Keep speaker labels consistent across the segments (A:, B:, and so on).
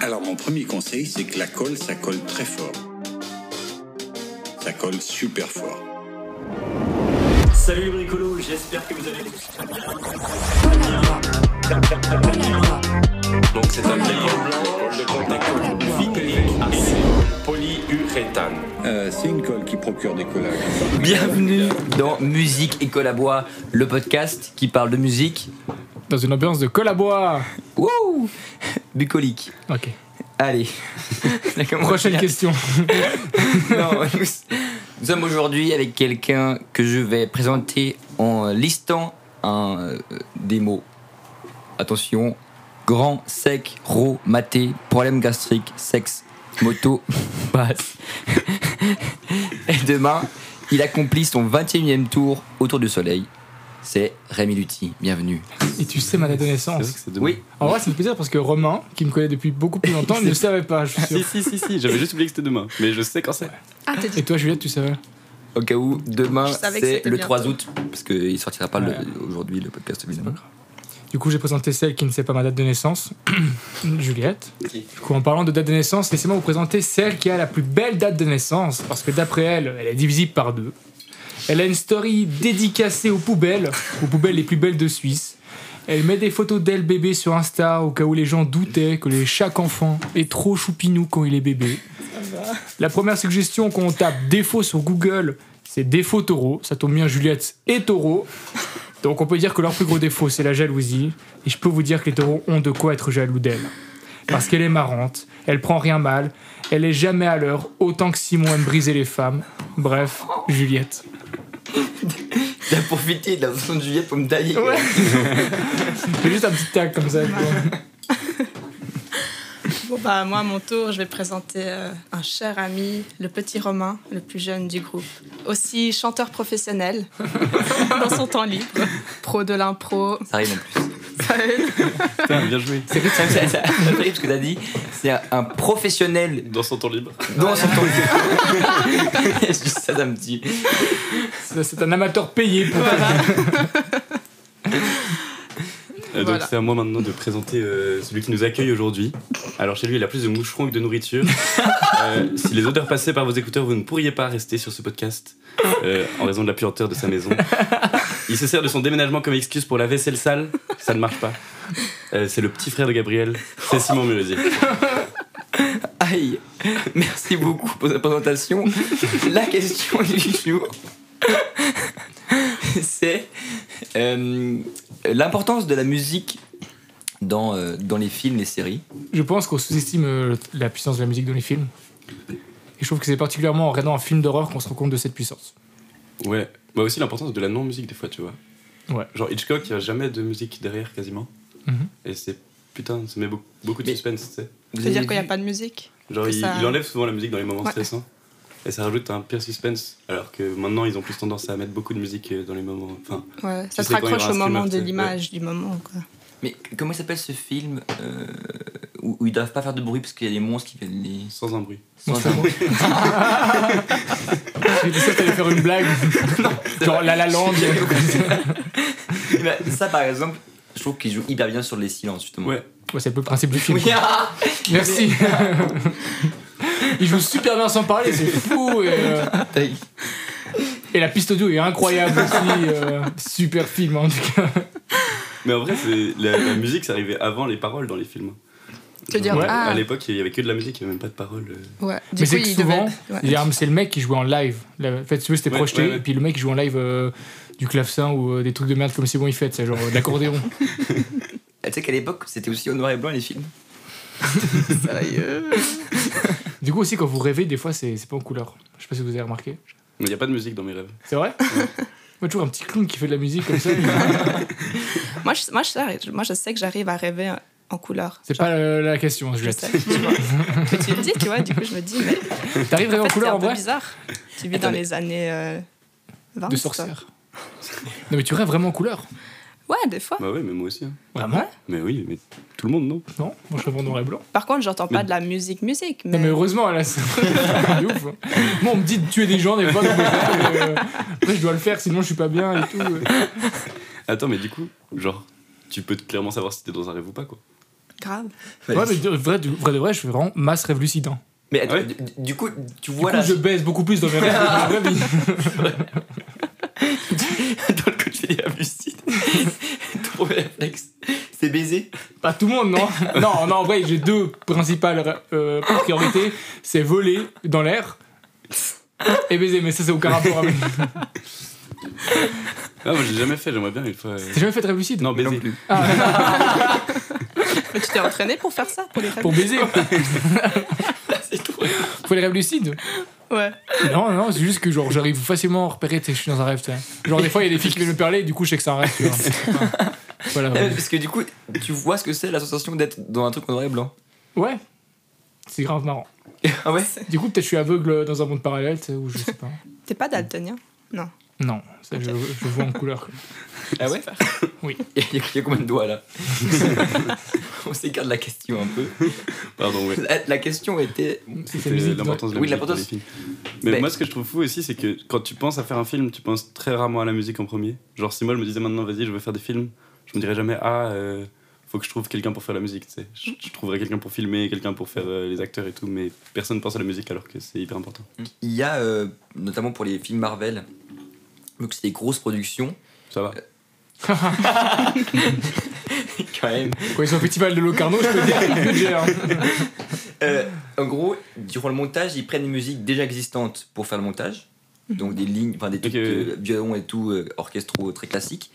A: Alors mon premier conseil, c'est que la colle, ça colle très fort. Ça colle super fort.
B: Salut les bricolos, j'espère que vous allez
C: Donc c'est un glycol blanc de contenu vinylique acide polyuréthane.
A: Euh, c'est une colle qui procure des collages.
D: Bienvenue dans Musique et Collabois, le podcast qui parle de musique.
E: Dans une ambiance de colle à bois.
D: Wouh Bucolique.
E: Ok.
D: Allez. On a commencé
E: Prochaine
D: bien.
E: question.
D: Non, nous, nous sommes aujourd'hui avec quelqu'un que je vais présenter en listant un, euh, des mots. Attention. Grand, sec, ro, maté, problème gastrique, sexe, moto, passe. Et demain, il accomplit son 21e tour autour du soleil. C'est Rémi Lutti. Bienvenue.
E: Et tu sais ma date de naissance.
D: Oui,
E: En vrai, c'est le plaisir parce que Romain, qui me connaît depuis beaucoup plus longtemps, ne le savait pas, je suis
F: Si,
E: sûr.
F: si, si, si, j'avais juste oublié que c'était demain, mais je sais quand c'est.
G: Ah, t'as dit.
E: Et toi, Juliette, tu savais
D: au cas où, demain,
G: Je savais que
D: c'est
G: c'était
D: le
G: bientôt.
D: 3 août, parce qu'il sortira pas le-
E: Ouais.
D: aujourd'hui le podcast, évidemment.
E: Du coup, j'ai présenté celle qui ne sait pas ma date de naissance, Juliette. Du coup, en parlant de date de naissance, laissez-moi vous présenter celle qui a la plus belle date de naissance, parce que d'après elle, elle est divisible par deux. Elle a une story dédicacée aux poubelles, aux poubelles les plus belles de Suisse. Elle met des photos d'elle bébé sur Insta au cas où les gens doutaient que les- chaque enfant est trop choupinou quand il est bébé. La première suggestion qu'on tape défaut sur Google, c'est défaut taureau. Ça tombe bien, Juliette est taureau. Donc on peut dire que leur plus gros défaut, c'est la jalousie. Et je peux vous dire que les taureaux ont de quoi être jaloux d'elle. Parce qu'elle est marrante, elle prend rien mal, elle est jamais à l'heure, autant que Simon aime briser les femmes. Bref, Juliette.
D: T'as profité de la notion de Juliette pour me tailler.
E: Ouais. C'est juste un petit tac comme ça. quoi.
G: Bon, bah, moi, à mon tour, je vais présenter euh, un cher ami, le petit Romain, le plus jeune du groupe. Aussi chanteur professionnel dans son temps libre, pro de l'impro.
D: Ça arrive en plus.
G: Ça aide.
F: Putain, bien joué.
D: C'est ça, ça, ça, ça me fait rire ce que t'as dit. C'est un, un professionnel
F: Dans son temps libre.
D: dans son temps. C'est juste ça, ça me dit.
E: C'est c'est un amateur payé pour
F: Euh, donc
G: Voilà.
F: c'est à moi maintenant de présenter euh, celui qui nous accueille aujourd'hui. Alors chez lui, il a plus de moucherons que de nourriture. Euh, si les odeurs passaient par vos écouteurs, vous ne pourriez pas rester sur ce podcast euh, en raison de la puanteur de sa maison. Il se sert de son déménagement comme excuse pour la vaisselle sale. Ça ne marche pas. Euh, c'est le petit frère de Gabriel, c'est Simon Mulosier.
D: Aïe. Merci beaucoup pour cette présentation. La question du jour, c'est euh, l'importance de la musique dans, euh, dans les films, les séries.
E: Je pense qu'on sous-estime euh, la puissance de la musique dans les films. Et je trouve que c'est particulièrement en regardant un film d'horreur qu'on se rend compte de cette puissance.
F: Ouais, bah aussi l'importance de la non-musique des fois, tu vois.
E: Ouais.
F: Genre Hitchcock, il n'y a jamais de musique derrière quasiment.
E: Mhm.
F: Et c'est putain, ça met beaucoup, beaucoup de
D: Mais-
F: suspense, tu sais.
D: Vous avez
G: C'est-à-dire
D: vu-
G: qu'il n'y a pas de musique.
F: Genre
G: Que
F: il,
G: ça-
F: il enlève souvent la musique dans les moments
G: Ouais.
F: stressants. Et ça rajoute un pire suspense. Alors que maintenant, ils ont plus tendance à mettre beaucoup de musique euh, dans les moments. Enfin,
G: Ouais,
F: Tu
G: ça se
F: sais quand il y
G: raccroche
F: aura un
G: au moment
F: streamer,
G: de
F: tu sais.
G: l'image, du moment. Quoi.
D: Mais comment il s'appelle ce film euh, où, où ils doivent pas faire de bruit parce qu'il y a des monstres qui viennent les.
F: sans un bruit.
E: Mon
D: Sans un-
E: J'ai dit ça, t'allais faire une blague. Genre la la lande.
D: Eh ben, ça, par exemple, je trouve qu'il joue hyper bien sur les silences, justement.
F: Ouais.
E: Ouais, c'est un peu le principe du film.
D: Oui, ah
E: Merci. Il joue super bien sans parler, c'est fou. Et, euh, et la piste audio est incroyable aussi. euh, super film en tout cas.
F: Mais en vrai, c'est- la, la musique, ça arrivait avant les paroles dans les films.
G: Tu veux dire,
E: Ouais.
G: ah,
F: À l'époque, il n'y avait que de la musique, il n'y avait même pas de paroles. euh.
G: ouais. Du
E: Mais
G: coup,
E: c'est que
G: il
E: souvent,
G: devait. ouais.
E: il y a- c'est le mec qui jouait en live. La- En fait, si tu veux, c'était
F: Ouais,
E: projeté.
F: ouais, ouais.
E: Et puis le mec il joue en live euh, du clavecin ou euh, des trucs de merde comme c'est bon, il fait. C'est genre euh, de l'accordéon.
D: Ah, Tu sais qu'à l'époque, c'était aussi au noir et blanc les films.
E: Du coup, aussi, quand vous rêvez, des fois, c'est c'est pas en couleur. Je sais pas si vous avez remarqué.
F: Mais il n'y a pas de musique dans mes rêves.
E: C'est vrai Moi, toujours un petit clown qui fait de la musique comme ça.
G: Moi, je, moi, je, moi, je sais que j'arrive à rêver en couleur.
E: C'est pas euh, la question,
G: Je
E: Juliette.
G: sais, tu vois. Que tu me dis, tu vois, du coup, je me dis, mais
E: T'arrives à rêver en
G: fait, c'est
E: couleur en
G: un peu
E: vrai
G: bizarre. Tu vis dans les années euh, 20.
E: De sorcière. Non, mais tu rêves vraiment en couleur
G: Ouais, des fois.
F: Bah ouais, mais moi aussi. hein.
E: Vraiment
F: Mais oui, mais tout le monde, non
E: Non, moi je rêve en noir et blanc.
G: Par contre, j'entends pas de la musique, musique.
E: Non
G: Mais,
E: mais heureusement, là, c'est de ouf. hein. Moi, on me dit de tuer des gens des fois, donc je dois- euh, après je dois le faire, sinon je suis pas bien et tout. euh.
F: Attends, mais du coup, genre, tu peux clairement savoir si t'es dans un rêve ou pas, quoi.
G: Grave.
E: Ouais, mais de vrai, de vrai, de vrai, je suis vraiment masse révolucidant.
D: Mais attends,
F: Ouais.
D: du, du coup, tu
E: Du
D: vois
E: coup,
D: là.
E: je baisse beaucoup plus dans mes rêves que dans la vraie vie.
D: Dans le coup, tu fais des ablucides. Ton premier réflexe, c'est baiser.
E: Pas tout le monde, non Non, non, en vrai, j'ai deux principales euh, priorités. C'est voler dans l'air et baiser, mais ça, c'est aucun rapport avec...
F: Ah, moi, j'ai jamais fait, j'aimerais bien une fois. euh,
E: T'as jamais fait de rêve lucide
F: Non, baiser.
G: Mais tu t'es entraîné pour faire ça, pour les rêves
E: Pour baiser
D: C'est trop.
E: Faut les rêves lucides
G: Ouais.
E: Non, non, c'est juste que genre j'arrive facilement à repérer que je suis dans un rêve. tu vois. Genre des fois, il y a des filles qui viennent me parler et du coup, je sais que c'est un rêve. tu vois. Ouais. Voilà.
D: Non, mais Parce que du coup, tu vois ce que c'est la sensation d'être dans un truc en noir et blanc.
E: Ouais. C'est grave marrant.
D: Ah ouais
E: Du coup, peut-être je suis aveugle dans un monde parallèle, tu sais, ou je sais pas.
G: T'es pas daltonien
E: Non, ça, je, je vois en couleur.
D: Ah ouais
E: Oui.
D: Il y, a- il y a combien de doigts là On s'écarte de la question un peu.
F: Pardon, ouais.
D: La, la question était.
E: C'était la
F: C'est
E: musique.
F: l'importance de la
D: Oui,
F: musique dans les
D: l'importance.
F: films. Mais
D: Ben.
F: moi, ce que je trouve fou aussi, c'est que quand tu penses à faire un film, tu penses très rarement à la musique en premier. Genre, si moi, je me disais maintenant, vas-y, je veux faire des films, je me dirais jamais, ah, euh, faut que je trouve quelqu'un pour faire la musique, tu sais. Je, je trouverais quelqu'un pour filmer, quelqu'un pour faire euh, les acteurs et tout, mais personne pense à la musique alors que c'est hyper important.
D: Il y a, euh, notamment pour les films Marvel, vu que c'est des grosses productions,
F: Ça va.
D: quand même.
E: Quand ils sont au festival de Locarno, je peux dire qu'il y a le budget. hein.
D: Euh, en gros, durant le montage, ils prennent des musiques déjà existantes pour faire le montage. Donc des lignes, enfin des trucs
F: Ok, ouais.
D: de violon et tout, euh, orchestraux très classiques.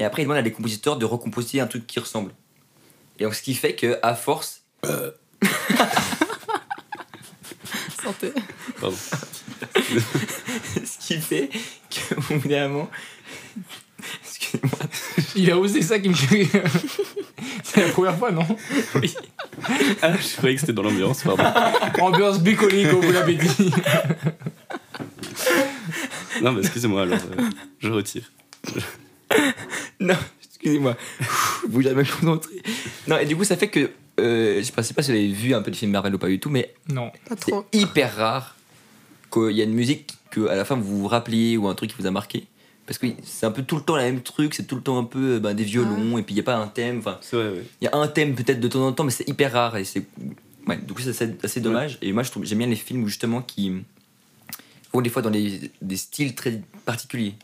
D: Et après, ils demandent à des compositeurs de recomposer un truc qui ressemble. Et donc, ce qui fait que, à force,
G: Santé.
F: Pardon.
D: ce qui fait que, au bout d'un moment, excusez-moi,
E: Il a osé ça qui me fait rire. C'est la première fois, non
F: Ah, je croyais que c'était dans l'ambiance, pardon.
E: Ambiance bucolique, comme vous l'avez dit.
F: Non, mais excusez-moi, alors, euh, je retire.
D: excusez-moi, vous l'avez concentré. Non, et du coup, ça fait que, euh, je sais pas si vous avez vu un peu de film Marvel ou pas du tout, mais
E: Non.
G: Pas
D: C'est
G: trop.
D: hyper rare qu'il y a une musique que à la fin vous vous rappeliez ou un truc qui vous a marqué. Parce que c'est un peu tout le temps la même truc, c'est tout le temps un peu euh, ben, des violons, et puis il n'y a pas un thème. Enfin,
F: C'est vrai, ouais.
D: il y a un thème peut-être de temps en temps, mais c'est hyper rare. Et c'est. Ouais, du coup, ça, c'est assez dommage. Et moi, je trouve j'aime bien les films où, justement qui vont des fois dans des, des styles très particuliers.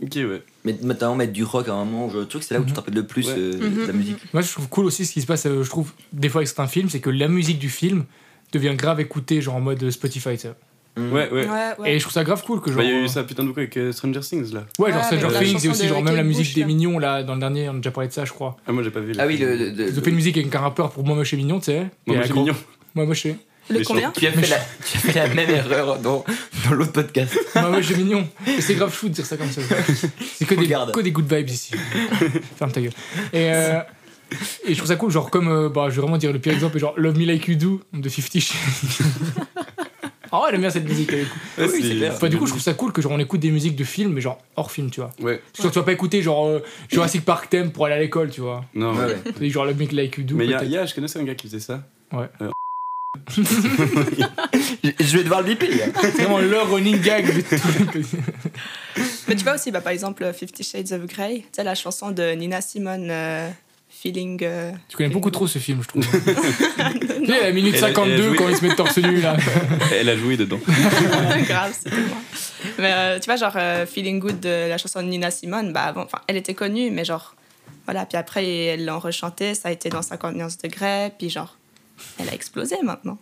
F: Ok, ouais. Mais
D: Mais notamment mettre du rock à un moment, ou genre de truc, c'est là où tu te rappelles le plus
F: Ouais.
D: euh, de la musique.
E: Moi, je trouve cool aussi ce qui se passe, euh, je trouve, des fois avec certains films, c'est que la musique du film devient grave écoutée, genre en mode Spotify, ça.
D: Mhm. Mm.
F: Ouais, ouais.
G: Ouais, ouais.
E: Et je trouve ça grave cool que genre.
F: Bah, il y a eu ça putain de beaucoup avec euh, Stranger Things là.
E: Ouais, genre
G: Ouais,
E: Stranger
G: avec Ah, la
E: Things
G: chanson
E: et aussi
G: de
E: genre même la
G: Kate
E: musique
G: Bush,
E: des
G: là.
E: mignons là dans le dernier, on a déjà parlé de ça, je crois.
F: Ah, moi j'ai pas vu. le
D: Ah oui,
F: film.
D: le. le- le-
E: Ils ont fait une musique avec un rappeur pour Moi Moche et Mignon, tu sais.
F: Euh, Moi,
E: Et
F: moi,
E: la
F: j'ai
E: gro-
F: mignon.
E: Moi Moche et
G: Le
F: Mais je
G: combien
D: Tu as, fait la, tu as fait la même erreur dans, dans l'autre podcast.
E: Moi Moche et Mignon. Et c'est grave chou de dire ça comme ça. C'est que, des-
D: Regarde.
E: que des good vibes ici. Ferme ta gueule. Et, euh, et je trouve ça cool, genre comme. euh, bah, je vais vraiment dire le pire exemple, mais genre Love Me Like You Do de 50 Shades. Ah ouais, elle aime bien cette musique, elle est cool.
F: Ouais,
D: Oui, c'est clair.
E: Enfin, du coup, je trouve ça cool que genre on écoute des musiques de films, mais genre hors film, tu vois.
F: Ouais.
E: Parce que tu vas pas écouter genre euh, Jurassic Park thème pour aller à l'école, tu vois.
F: Non, ouais.
E: C'est genre le mec like you do.
F: Mais il y a,
E: peut-être.
F: y a- je connaissais un gars qui faisait ça.
D: Je je vais devoir le biper. hein.
E: C'est vraiment le running gag de tout.
G: Mais tu vois aussi, bah, par exemple, Fifty Shades of Grey, tu sais, la chanson de Nina Simone, euh, Feeling. euh,
E: tu connais beaucoup trop ce film, je trouve. tu sais,
G: non,
E: à la minute
F: Elle a- elle a
E: 52
F: joué.
E: quand il se met torse nu là.
F: Elle a joué dedans.
G: grave, c'était moi. Mais euh, tu vois, genre, euh, Feeling Good de la chanson de Nina Simone, bah, avant, enfin, elle était connue, mais genre, voilà, puis après, elle l'ont rechantée, ça a été dans 50 nuances de Grey, puis genre, elle a explosé maintenant.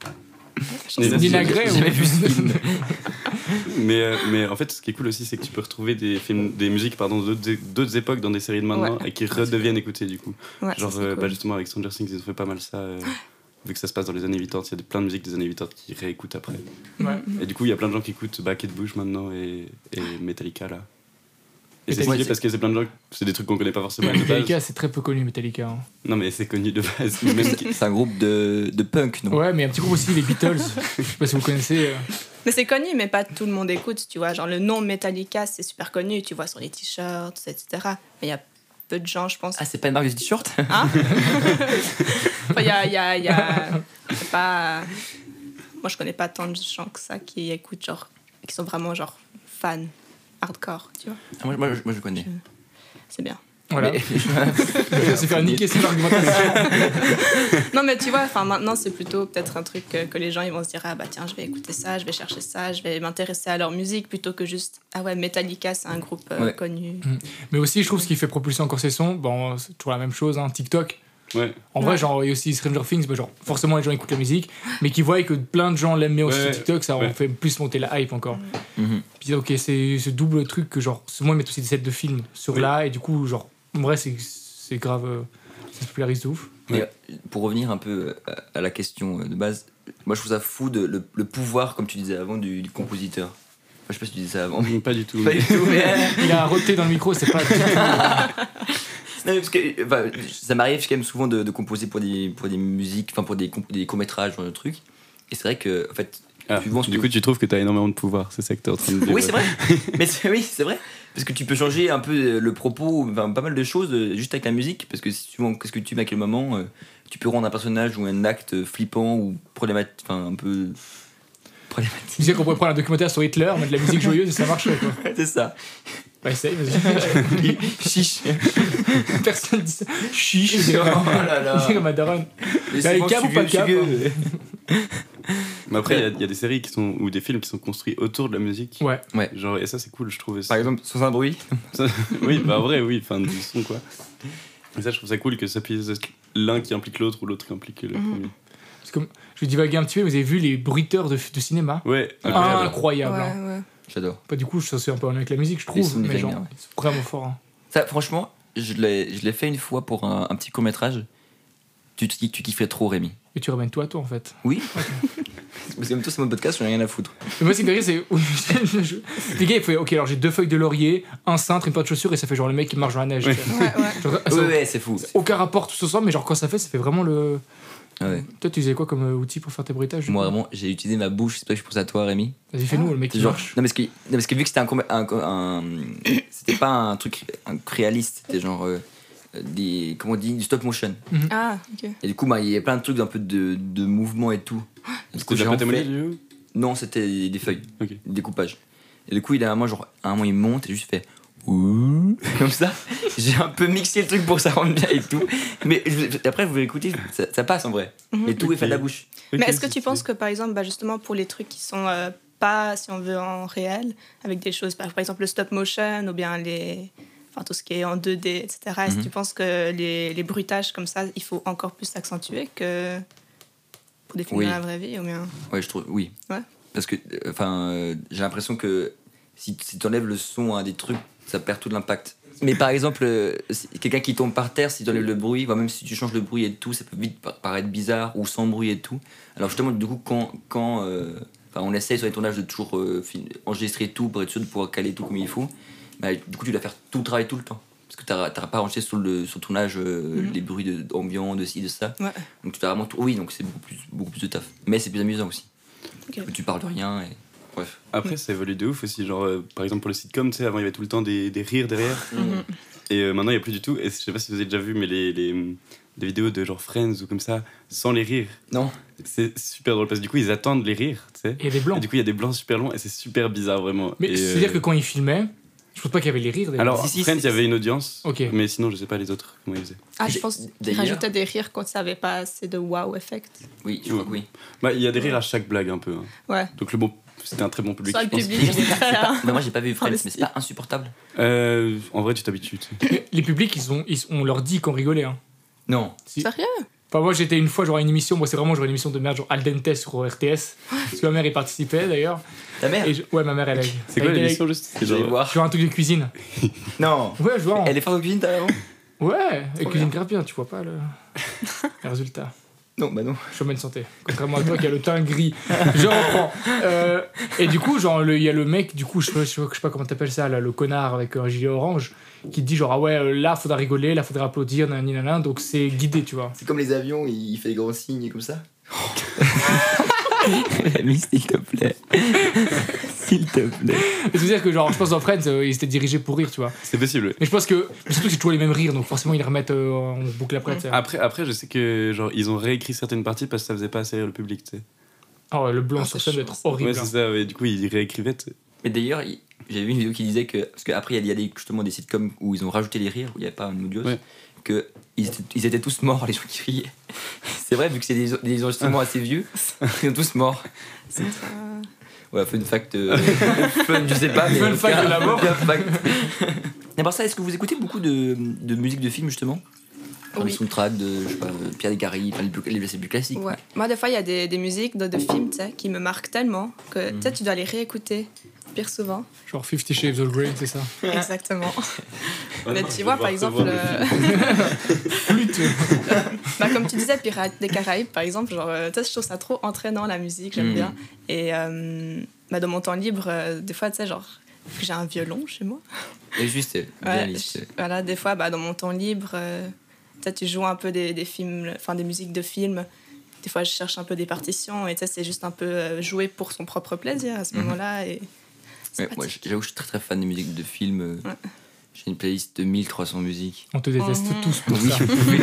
G: La chanson.
F: Nina
E: Nina Gray.
D: J'ai jamais vu ce film.
F: mais, euh, mais en fait, ce qui est cool aussi, c'est que tu peux retrouver des, films, des musiques pardon, d'autres d'autres époques dans des séries de maintenant
G: Ouais.
F: et qui redeviennent écoutées du coup.
G: Ouais, ça,
F: Genre,
G: c'est
F: euh,
G: cool.
F: bah, justement, avec Stranger Things, ils ont fait pas mal ça. euh, Vu que ça se passe dans les années 80, il y a des- plein de musiques des années 80 qui réécoutent après.
E: Ouais.
F: Et du coup, il y a plein de gens qui écoutent bah, Kate Bush maintenant et, et Metallica là. Et c'est
E: Metallica,
F: stylé
D: c'est-
F: parce que c'est plein de gens, c'est des trucs qu'on connaît pas forcément. de base.
E: Metallica, c'est très peu connu Metallica. hein.
F: Non, mais c'est connu de base. Même qui-
D: C'est un groupe de, de punk, non
E: Ouais, mais un petit groupe aussi les Beatles. Je sais pas si vous connaissez. euh.
G: Mais c'est connu, mais pas tout le monde écoute, tu vois. Genre, le nom Metallica, c'est super connu, tu vois, sur les t-shirts, etc. Mais il y a peu de gens, je pense.
D: Ah, c'est pas une marque de t-shirt
G: Hein Enfin, il y a. il Y a, il y a- c'est pas. Moi, je connais pas tant de gens que ça qui écoutent, genre. qui sont vraiment, genre, fans, hardcore, tu vois.
D: Ah, moi, moi, je- moi, je connais.
G: C'est bien.
E: Voilà.
D: Mais-
E: Je vais se faire niquer cette argumentation.
G: Non, mais tu vois, enfin maintenant, c'est plutôt peut-être un truc que, que les gens ils vont se dire Ah bah tiens, je vais écouter ça, je vais chercher ça, je vais m'intéresser à leur musique plutôt que juste Ah ouais, Metallica, c'est un groupe euh,
D: Ouais.
G: connu.
E: Mais aussi, je trouve ce qui fait propulser encore ces sons, bon, c'est toujours la même chose, hein, TikTok.
F: Ouais.
E: En vrai, genre, il y a aussi Stranger Things, bah, genre, forcément, les gens écoutent la musique, mais qui voient que plein de gens l'aiment bien aussi
F: Ouais,
E: sur TikTok, ça en
F: ouais.
E: fait plus monter la hype encore.
D: Mhm.
E: Puis, ok, c'est ce double truc que, genre, souvent, ils mettent aussi des sets de films sur
F: Oui.
E: là, et du coup, genre, en vrai, c'est c'est grave, euh, ça se popularise de ouf.
D: Et, euh, pour revenir un peu euh, à la question euh, de base, moi je trouve ça fou de, le, le pouvoir, comme tu disais avant, du, du compositeur. Moi, je sais pas si tu disais ça avant, mais.
F: Pas du tout.
D: Pas du tout, mais.
E: Il a roté dans le micro, c'est pas.
D: Non, mais parce que enfin, ça m'arrive quand même souvent de, de composer pour des, pour des musiques, enfin pour des, comp- des courts-métrages, genre de trucs. Et c'est vrai que, en fait.
F: Ah,
D: suivant ce
F: du
D: que-
F: coup, tu trouves que t'as énormément de pouvoir, c'est ça que t'es en train de dire.
D: Oui, c'est vrai. mais c'est- oui, c'est vrai. Parce que tu peux changer un peu euh, le propos, enfin, pas mal de choses euh, juste avec la musique. Parce que si tu qu'est-ce que tu mets à quel moment, euh, tu peux rendre un personnage ou un acte euh, flippant ou problématique, enfin un peu
E: Tu
D: problématique.
E: sais qu'on pourrait prendre un documentaire sur Hitler, mettre de la musique joyeuse et ça marcherait, quoi.
D: c'est ça.
E: Bah, essaye, vas-y.
D: Chiche.
E: Personne dit ça. Chiche,
D: Oh
E: c'est
D: là là.
E: comme ma daronne.
D: Mais
E: T'as
D: c'est
E: les
D: bon,
E: câbles
D: je suis
E: ou pas
D: vieux,
E: de
D: je suis vieux.
F: Mais après, il y a- il y, a des séries qui sont, ou des films qui sont construits autour de la musique.
E: hein. Ouais.
F: Genre, et ça, c'est cool, je trouve.
D: Par exemple, sans un bruit.
F: Ça- oui, bah en vrai, oui, enfin, du son, quoi. Mais ça, je trouve ça cool que ça puisse être l'un qui implique l'autre ou l'autre qui implique le
G: Mhm.
F: premier.
E: Parce que je vais divaguer un petit peu, mais vous avez vu les bruiteurs de, de cinéma
F: Ouais,
D: Ah.
F: incroyable.
E: Incroyable. hein.
G: ouais.
D: J'adore.
E: Bah, du coup, ça c'est un peu en lien avec la musique, je
D: Les sons
E: trouve.
D: du
E: Mais genre,
D: banger, ouais.
E: c'est vraiment fort. hein.
D: Ça, franchement, je l'ai je l'ai fait une fois pour un, un petit court métrage. Tu, tu, tu kiffais trop, Rémi.
E: Et tu ramènes tout à toi en fait.
D: Oui. Parce que même toi, c'est mon podcast, j'en ai rien à foutre.
E: Mais moi, ce qui me fait rire, c'est. je- les gars, il faut. Ok, alors j'ai deux feuilles de laurier, un cintre, une paire de chaussures, et ça fait genre le mec qui marche dans la neige. tu vois.
G: ouais.
E: Genre, ça-
D: Ouais, ouais, c'est fou.
E: Aucun rapport tout ce ensemble, mais genre quand ça fait, ça fait vraiment le.
D: Ouais.
E: Toi, tu faisais quoi comme euh, outil pour faire tes bruitages
D: Moi, vraiment, j'ai utilisé ma bouche. C'est pas que je pense à toi, Rémi.
E: Vas-y, fais-nous, le mec qui
D: Genre-
E: marche.
D: non, parce que, non, parce que vu que c'était un, com- un, un- c'était pas un truc un truc réaliste, c'était genre euh, des comment on dit du stop motion.
G: Ah, ok.
D: Et du coup, bah, il y avait plein de trucs un peu de, de mouvement et tout. Du coup,
F: C'était de
D: j'ai
F: la pâte à
D: en fait-
F: modeler, du coup
D: Non, c'était des feuilles,
F: Ok.
D: découpage. Et du coup, il a un moment, genre, à un moment, il monte et juste fait Ouh comme ça. J'ai un peu mixé le truc pour que ça rentre bien et tout. Mais je- après, vous l'écoutez, ça, ça passe en vrai.
G: Mhm.
D: Mais tout est fait de la bouche.
G: Mais
F: Ok,
G: est-ce que tu
F: c'est-
G: penses que par exemple, bah, justement pour les trucs qui sont euh, pas, si on veut, en réel, avec des choses, bah, par exemple le stop motion ou bien les. Enfin, tout ce qui est en 2D, etc. Est-ce que
D: Mhm.
G: tu penses que les, les bruitages comme ça, il faut encore plus accentuer que pour des films
D: Oui.
G: dans la vraie vie ou bien...
D: Ouais, je trouve, oui.
G: Ouais.
D: Parce que, euh, enfin, euh, j'ai l'impression que si, si tu enlèves le son à des trucs, ça perd tout de l'impact. Mais par exemple, euh, si- quelqu'un qui tombe par terre, si tu enlèves le bruit, enfin, même si tu changes le bruit et tout, ça peut vite pa- paraître bizarre ou sans bruit et tout. Alors justement, du coup, quand, quand euh, enfin, on essaye sur les tournages de toujours euh, fin- enregistrer tout pour être sûr de pouvoir caler tout comme il faut, bah, du coup, tu dois faire tout le travail tout le temps. Parce que tu n'auras pas enregistré sur le, sur le tournage euh,
G: Mhm.
D: les bruits de- ambiants, de ci, de ça.
G: Ouais.
D: Donc tu as vraiment tout. Oui, donc c'est beaucoup plus, beaucoup plus de taf. Mais c'est plus amusant aussi.
G: Ok.
D: Tu parles de rien et. Bref.
F: Après, ça évolue de ouf aussi. Genre, euh, par exemple, pour le sitcom, tu sais, avant, il y avait tout le temps des, des rires derrière.
D: Mm.
G: Mhm.
F: Et euh, maintenant, il n'y a plus du tout. Et je sais pas si vous avez déjà vu, mais les, les, hum, des vidéos de genre Friends ou comme ça, sans les rires.
D: Non.
F: C'est super drôle parce que du coup, ils attendent les rires, tu sais.
E: Et des
F: Et
E: blancs.
F: du coup, il y a des blancs super longs et c'est super bizarre, vraiment.
E: Mais
F: Et,
E: c'est-à-dire
F: euh,
E: que quand il filmait, je pense pas qu'il y avait les rires. des-
F: Alors,
D: Si, si,
F: Friends,
D: si,
F: il y avait une audience.
E: Ok.
F: Mais sinon, je sais pas les autres comment ils faisaient.
G: Ah, je
D: J'ai-
G: pense qu'ils
D: d'ailleurs-
G: rajoutaient des rires quand ça avait pas assez de wow effect.
D: Oui, je crois que oui.
F: Bah, il y a des rires à chaque blague un peu. hein.
G: Ouais.
F: Donc le bon, c'était un très bon public.
G: Soit
F: je
G: le
F: pense.
G: public, il était pas là.
D: Mais moi j'ai pas vu Friends,
G: Ah, mais
D: mais c'est pas insupportable.
F: Euh, en vrai, tu t'habitues. tu sais.
E: Les publics, ils ont, ils, on leur dit qu'on rigolait. Hein.
D: Non.
G: Sérieux
E: Enfin, moi j'étais une fois, genre à une émission, moi c'est vraiment genre une émission de merde, genre Al Dente sur RTS, parce que ma mère y participait d'ailleurs.
D: Ta mère
E: Et je- Ouais, ma mère elle a.
F: C'est quoi
E: elle-
F: l'émission juste C'est
D: Je vais
F: genre-
E: elle-
D: voir.
E: Genre un truc de cuisine.
D: Non.
E: Ouais, je vois. en-
D: Elle est forte en cuisine, t'as avant
E: Ouais,
F: Oh,
E: elle cuisine grave bien, tu vois pas le. le résultat.
D: Non, bah non.
E: Chômage de santé. Contrairement à toi qui a le teint gris. Je reprends. Euh, et du coup, genre, le- il y a le mec, du coup, je, je- je sais pas comment t'appelles ça, là, le connard avec un gilet orange, qui te dit genre, ah ouais, euh, là faudra rigoler, là faudra applaudir, nanani, nanana, donc c'est guidé, tu vois.
D: C'est comme les avions, il fait des grands signes comme ça. Rémi, s'il te plaît. s'il te plaît.
E: C'est-à-dire que, genre, je pense dans Friends, euh, ils étaient dirigés pour rire, tu vois.
F: C'est possible.
E: Mais je pense que. mais surtout que c'est toujours les mêmes rires, donc forcément ils les remettent euh, en boucle après. tu sais.
F: Après, après, je sais que genre ils ont réécrit certaines parties parce que ça faisait pas assez rire le public. tu sais.
E: Oh, le blanc
G: Ah,
E: sur
G: c'est
E: scène doit
G: chaud,
E: être
G: ça.
E: horrible. hein.
F: Ouais, c'est ça. ouais. Du coup, ils réécrivaient. tu sais.
D: Mais d'ailleurs, il- J'avais vu une vidéo qui disait que. Parce qu'après, il y a, il y a des, justement des sitcoms où ils ont rajouté les rires, où il n'y a pas un audio.
H: Ouais.
D: Que ils étaient, ils étaient tous morts, les gens qui riaient. C'est vrai, vu que c'est des, des enregistrements assez vieux, ils sont tous morts.
G: C'est euh,
D: Ouais, fun fact. euh, fun, je sais pas. Mais
E: Fun fact de la mort.
D: Fun fact. Et par ça, est-ce que vous écoutez beaucoup de, de musique de film, justement Enfin,
G: Oui.
D: Les soundtracks de, je sais pas, de Pierre des Caraïbes, enfin, les plus- les plus classiques.
G: Ouais. Moi, des fois, il y a des, des musiques de, de films tu sais, qui me marquent tellement que tu sais, tu dois les réécouter pire souvent.
E: Genre 50 Shades of Grey, c'est ça.
G: Exactement. Mais
F: non, je
G: tu
F: vais
G: vois,
F: devoir
G: par exemple,
F: revoir le
G: euh, bah, comme tu disais, Pirates des Caraïbes, par exemple, genre, euh, tu sais, je trouve ça trop entraînant la musique, j'aime
D: Mm.
G: bien. Et euh, bah, dans mon temps libre, euh, des fois, tu sais, genre, vu que j'ai un violon chez moi.
D: Et juste, euh,
G: Ouais,
D: réaliste.
G: je- voilà, des fois, bah, dans mon temps libre, euh, tu sais, tu joues un peu des, des films, enfin des musiques de films. Des fois, je cherche un peu des partitions et tu sais, c'est juste un peu euh, jouer pour son propre plaisir à ce
D: Mhm.
G: moment-là. Et c'est
D: Ouais, moi,
G: pratique.
D: j'avoue, je suis très très fan de musique de film. euh,
G: Ouais.
D: J'ai une playlist de 1300 musiques.
E: On te déteste
G: Mhm.
E: tous pour
D: Oui,
E: ça.
D: vous pouvez,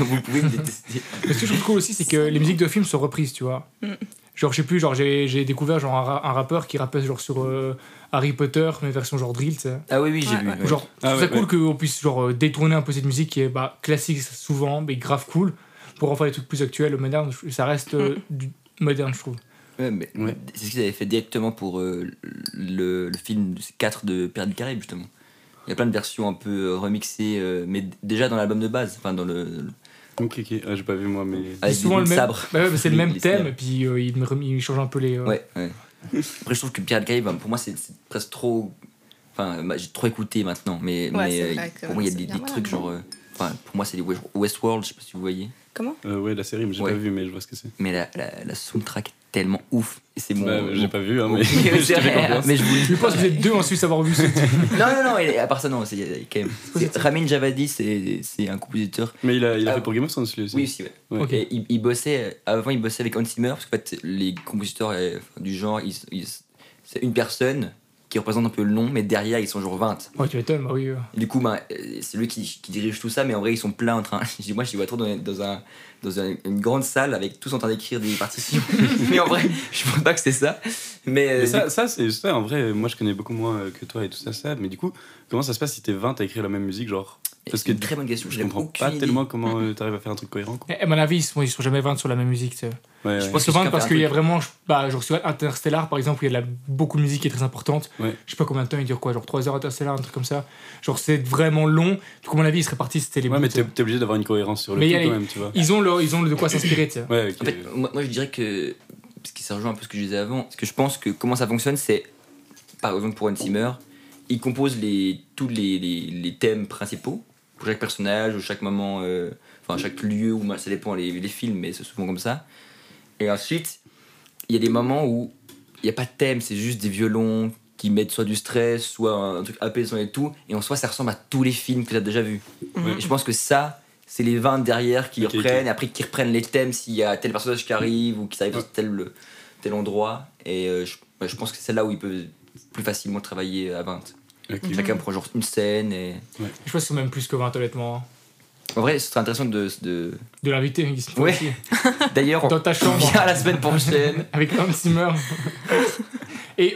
D: vous pouvez me détester.
E: Mais ce que je trouve cool aussi, c'est que les musiques de films sont reprises, tu vois.
G: Mm.
E: Genre, je sais plus, genre, j'ai j'ai découvert genre, un, ra- un rappeur qui rappelle genre sur euh, Harry Potter, mais version genre drill, tu sais.
D: Ah oui, oui, j'ai
G: Ouais,
D: vu.
G: ouais.
D: ouais.
E: Genre,
H: Ah
E: je trouve
H: ouais,
E: ça cool qu'on puisse genre, euh, détourner un peu cette musique qui est bah, classique souvent, mais grave cool, pour en faire des trucs plus actuels, modernes. Je- Ça reste euh, du moderne, je trouve.
D: Ouais, mais
H: Ouais.
D: C'est ce qu'ils avaient fait directement pour euh, le, le film 4 de Pirates du Caraïbe, justement. Il y a plein de versions un peu euh, remixées, euh, mais d- déjà dans l'album de base, enfin dans le. le-
F: Compliqué. Ah, j'ai pas vu moi, mais.
D: avec
E: C'est souvent
D: des
E: le même.
D: sabres.
E: Bah ouais, bah, c'est le
D: Les-
E: même
D: les
E: thème,
D: sabres.
E: et puis euh, il, me rem- il change un peu les. euh,
D: Ouais, ouais. Après, je trouve que Pirates du Caraïbe, pour moi, c'est c'est presque trop. Enfin, bah, j'ai trop écouté maintenant, mais,
G: Ouais,
D: mais
G: c'est
D: euh,
G: vrai que
D: pour moi, il y a
G: c'est
D: des,
G: bien,
D: des
G: voilà.
D: trucs genre. euh, Enfin, pour moi, c'est les West- Westworld, je sais pas si vous voyez.
G: Comment
F: Euh, ouais, la série, mais j'ai
D: Ouais.
F: pas vu, mais je vois ce que c'est.
D: Mais la, la, la soundtrack est tellement ouf. Et c'est mon.
F: Bah, j'ai pas vu, hein,
D: mon-
F: mais.
D: mais,
F: je te fais confiance.
D: mais je vous le
E: Je pense que vous êtes deux en Suisse à avoir vu ce titre.
D: Non, non, non, et à part ça, non, c'est il y a quand même. c'est- Ramin Javadi, c'est c'est un compositeur.
F: Mais il a, il a
D: Ah.
F: fait pour Game of Thrones, lui aussi.
D: Oui, aussi, ouais.
F: Ouais.
E: Ok.
D: Et il, il bossait, avant, il bossait avec Hans Zimmer, parce qu'en fait, les compositeurs euh, du genre, ils- ils- c'est une personne qui représente un peu le nom, mais derrière, ils sont genre 20.
E: Ouais, tu m'étonnes, bah oui. euh.
D: Et du coup, ben, euh, c'est lui qui, qui dirige tout ça, mais en vrai, ils sont pleins en train. je dis, Moi, je les vois trop dans, dans un, dans un- une grande salle avec tous en train d'écrire des partitions. mais en vrai, je pense pas que c'est ça. Mais, euh,
F: Mais ça, ça, c'est ça, en vrai, moi je connais beaucoup moins euh, que toi et tout ça, ça. Mais du coup, comment ça se passe si t'es 20 à écrire la même musique, genre
D: du-
F: Parce
D: c'est
F: que
D: une très bonne question.
F: je
D: j'ai
F: comprends
D: aucune
F: pas
D: idée.
F: tellement comment euh, t'arrives à faire un truc cohérent. Quoi.
E: Et Eh, à mon avis, ils sont, ils sont jamais 20 sur la même musique, tu sais.
F: Ouais,
D: Je
F: ouais.
D: pense
E: Parce que vingt,
D: chacun
E: parce
D: fait un
E: qu'il y a
D: truc.
E: vraiment, je- bah, genre sur Interstellar par exemple, où il y a de la- beaucoup de musique qui est très importante.
F: Ouais.
E: Je sais pas combien de temps il dure quoi, genre 3 heures Interstellar, un truc comme ça. Genre c'est vraiment long. Du coup, à mon avis, ils se répartissent, c'était les
F: Ouais,
E: bouts,
F: mais
E: tu sais.
F: t'es t'es obligé d'avoir une cohérence sur le
E: Mais
F: tout
E: y a les-
F: quand même, tu vois.
E: Ils ont, leur, ils ont de quoi s'inspirer, tu sais.
F: Ouais, ok.
D: En fait, moi, moi, je dirais que. Parce que ça rejoint un peu ce que je disais avant. Parce que je pense que comment ça fonctionne, c'est. Par exemple, pour Hans Zimmer, il compose les, tous les, les- les thèmes principaux pour chaque personnage, ou chaque moment, euh, enfin, chaque lieu, ou ça dépend les, les films, mais c'est souvent comme ça. Et ensuite, il y a des moments où il n'y a pas de thème, c'est juste des violons qui mettent soit du stress, soit un, truc apaisant et tout. Et en soi, ça ressemble à tous les films que tu as déjà vus.
G: Mhm.
D: Et je pense que ça, c'est les 20 derrière qui
F: Ok, ok.
D: reprennent, et après qui reprennent les thèmes s'il y a tel personnage qui arrive ou qui arrive dans tel, tel endroit. Et euh, je, bah, je pense que c'est là où ils peuvent plus facilement travailler à 20.
F: Ok.
D: Chacun prend genre une scène. Et...
E: Je pense que c'est même plus que 20 honnêtement. hein.
D: En vrai, ce serait intéressant de. de-
E: De l'inviter, ils se font
D: Ouais.
E: aussi.
D: D'ailleurs,
E: Dans
D: on
E: ta chambre.
D: revient à la semaine prochaine.
E: Avec Hans Zimmer. Et.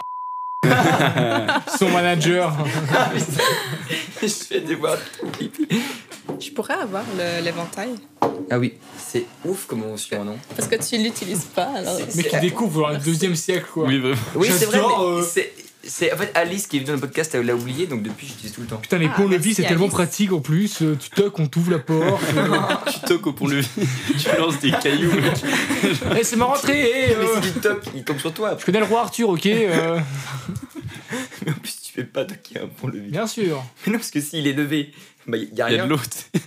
E: son manager.
D: je fais des voix.
G: Je pourrais avoir le- l'éventail
D: Ah oui, c'est ouf comment on suit un nom.
G: parce que tu l'utilises pas. Alors...
E: Mais qui découvre dans le deuxième siècle, quoi.
F: Oui, vraiment.
D: Oui, c'est vrai.
E: J'adore,
D: mais
E: euh.
D: c'est- C'est en fait Alice qui est venue dans le podcast, elle l'a oublié, donc depuis j'utilise tout le temps.
E: Putain, les
G: Ah,
E: ponts-levis,
G: merci,
E: c'est tellement
G: Alice.
E: pratique en plus. Euh, Tu toques, on t'ouvre la porte.
F: tu toques au pont-levis, tu lances des cailloux.
E: Eh, c'est ma rentrée! eh,
D: Mais
E: euh.
D: si tu toques, il tombe sur toi.
E: Je connais le roi Arthur, ok euh,
D: Mais en plus, tu fais pas toquer un pont levé.
E: Bien sûr.
D: Mais non, parce que s'il est levé, bah, il y a
F: Il y
D: rien.
F: a de l'eau, il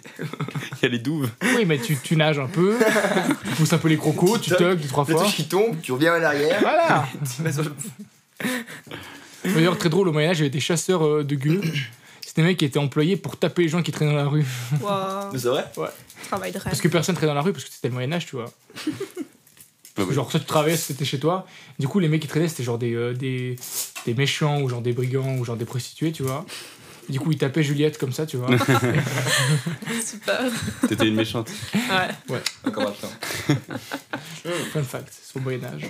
F: y a les douves.
E: Oui, mais tu, tu nages un peu, tu pousses un peu les crocos, tu toques deux, trois
D: Le
E: fois.
D: truc qui tombe, tu reviens à l'arrière.
E: Voilà
D: tu vas sur le-
E: D'ailleurs, très drôle, au Moyen-Âge, il y avait des chasseurs euh, de gueux. C'était des mecs qui étaient employés pour taper les gens qui traînaient dans la rue.
G: Wow,
D: Mais C'est vrai
G: travail de rêve.
E: Parce que personne traînait dans la rue, parce que c'était le Moyen-Âge, tu vois.
F: Bah oui.
E: Genre, soit tu traverses, c'était chez toi. Du coup, les mecs qui traînaient, c'était genre des, euh, des, des méchants, ou genre des brigands, ou genre des prostituées, tu vois. Du coup, ils tapaient Juliette comme ça, tu vois.
G: Super.
F: T'étais une méchante.
G: Ouais.
D: Encore maintenant.
E: Fun fact, c'est au Moyen-Âge.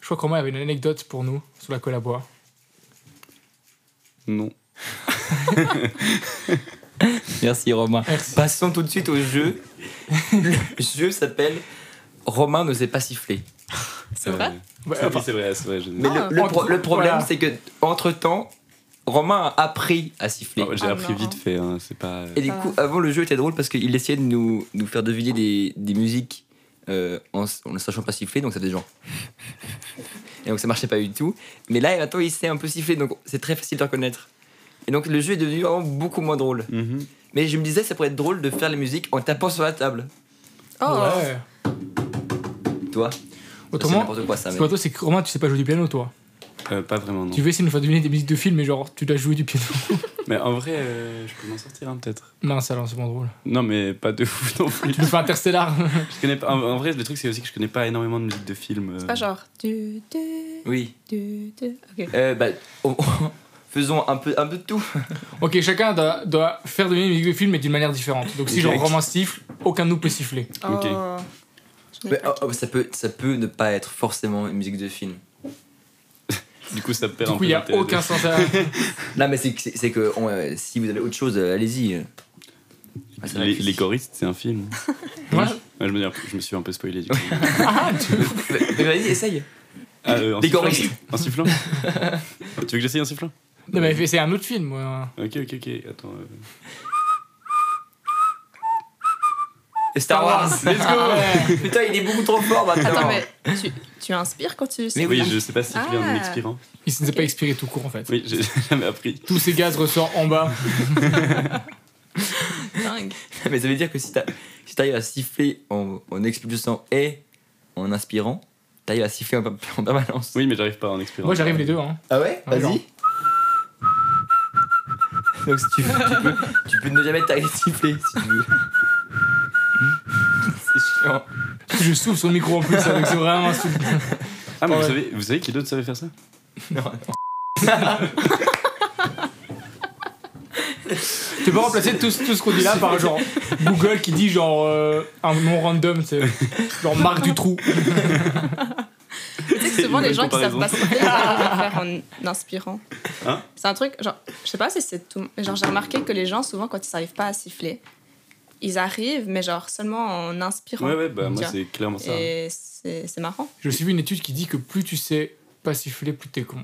E: Je crois qu'Romain avait une anecdote pour nous sur la colle à bois.
F: Non.
D: Merci Romain.
E: Merci.
D: Passons tout de suite au jeu. Le jeu s'appelle Romain ne sait pas siffler.
F: Euh,
G: C'est vrai
E: Ouais,
F: Oui,
E: enfin,
F: c'est vrai, c'est vrai. je-
D: Mais
G: Ah,
D: le, le pro-
E: entre-
D: le problème,
E: voilà.
D: c'est que entre temps, Romain a appris à siffler.
F: Oh, J'ai
G: Ah,
F: appris
G: marrant.
F: vite fait, hein, c'est pas.
D: Et du coup, avant le jeu était drôle parce qu'il essayait de nous, nous faire deviner des, des musiques euh, en, s- en ne sachant pas siffler, donc ça faisait genre. Et donc ça marchait pas du tout. Mais là, maintenant, il sait un peu siffler, donc c'est très facile de reconnaître. Et donc le jeu est devenu vraiment beaucoup moins drôle.
F: Mhm.
D: Mais je me disais, ça pourrait être drôle de faire les musiques en tapant sur la table.
G: Oh
E: ouais.
D: Toi, c'est
F: Bah,
E: Autrement,
D: n'importe quoi ça.
E: parce
D: mais-
E: que toi, c'est que Romain, tu sais pas jouer du piano, toi.
F: Euh, pas vraiment, non.
E: Tu veux essayer de nous faire deviner des musiques de films, mais genre, tu dois jouer du piano.
F: Mais en vrai, euh, je peux m'en sortir, hein, peut-être.
E: Mince, alors, c'est pas drôle.
F: Non, mais pas de fou non plus.
E: Tu nous fais Interstellar.
F: Je connais pas- en, en vrai, le truc, c'est aussi que je connais pas énormément de musique de euh, film.
G: C'est pas genre. Du, du,
D: Oui.
G: du, du. Ok.
D: Euh, bah, on- faisons un peu, un peu de tout.
E: ok, chacun doit, doit faire deviner une musique de film, mais d'une manière différente. Donc, si genre
F: Ok.
E: Romain siffle, aucun de nous peut siffler.
F: Ok.
G: Oh. Je n'ai
D: Mais,
G: pas-
D: oh, oh, ça, peut, ça peut ne pas être forcément une musique de film.
F: Du coup, ça perd
E: Du
F: un
E: coup,
F: peu.
E: il y a
F: d'intérêt de-
E: aucun sens à.
D: Non, mais c'est que, c'est- c'est que on, euh, si vous avez autre chose, euh, allez-y. Ah, c'est vrai
F: Les,
D: que-
F: les choristes, c'est un film.
E: Ouais.
F: Ouais, je, me dis- je me suis un peu spoilé du coup.
D: Mais- mais Vas-y, essaye.
F: Ah, euh, en
D: Les
F: sifflant
D: choristes.
F: En sifflant Tu veux que j'essaye en sifflant
E: Non, mais c'est un autre film, moi.
F: Ok, ok, ok. Attends. euh.
D: Star Wars.
E: Let's go
D: Putain, il est beaucoup trop fort maintenant.
G: Attends, mais tu, tu inspires quand tu.
D: Mais
F: Oui, je sais pas siffler en
G: Ah.
F: expirant.
E: Il s'est pas expiré tout court, en fait.
F: hein. Oui, j'ai jamais appris.
E: Tous ces gaz ressortent en bas.
G: Dingue.
D: Mais ça veut dire que si t'as- si t'arrives à siffler en, en expulsant et en inspirant, t'arrives à siffler en, en permanence.
F: Oui, mais j'arrive pas en expirant.
E: Moi, j'arrive les deux, hein.
D: Ah ouais
E: Ouais, genre.
D: Donc si tu, veux, tu, peux, tu peux ne jamais t'arrêter de siffler si tu veux. C'est chiant.
E: Je souffle sur le micro en plus, avec c'est vraiment un souffle.
F: Ah, mais
E: Ouais.
F: vous savez, vous savez qui d'autre savait faire ça
D: Non, non.
E: Tu peux remplacer tout, ce- tout ce qu'on dit là par genre Google qui dit genre euh, un nom random, c'est genre Marc Dutroux.
G: Tu sais que souvent,
F: une
G: les
F: bonne
G: gens qui savent pas
F: comparaison.
G: siffler, ils savent le faire en inspirant.
F: Hein
G: c'est un truc, genre, je sais pas si c'est tout. mais Genre, j'ai remarqué que les gens, souvent, quand ils savent pas à siffler, ils arrivent, mais genre seulement en inspirant.
F: Ouais, ouais, bah moi,
G: Tiens.
F: c'est clairement ça.
G: Et c'est c'est marrant.
E: J'ai aussi vu une étude qui dit que plus tu sais pas siffler, plus t'es con.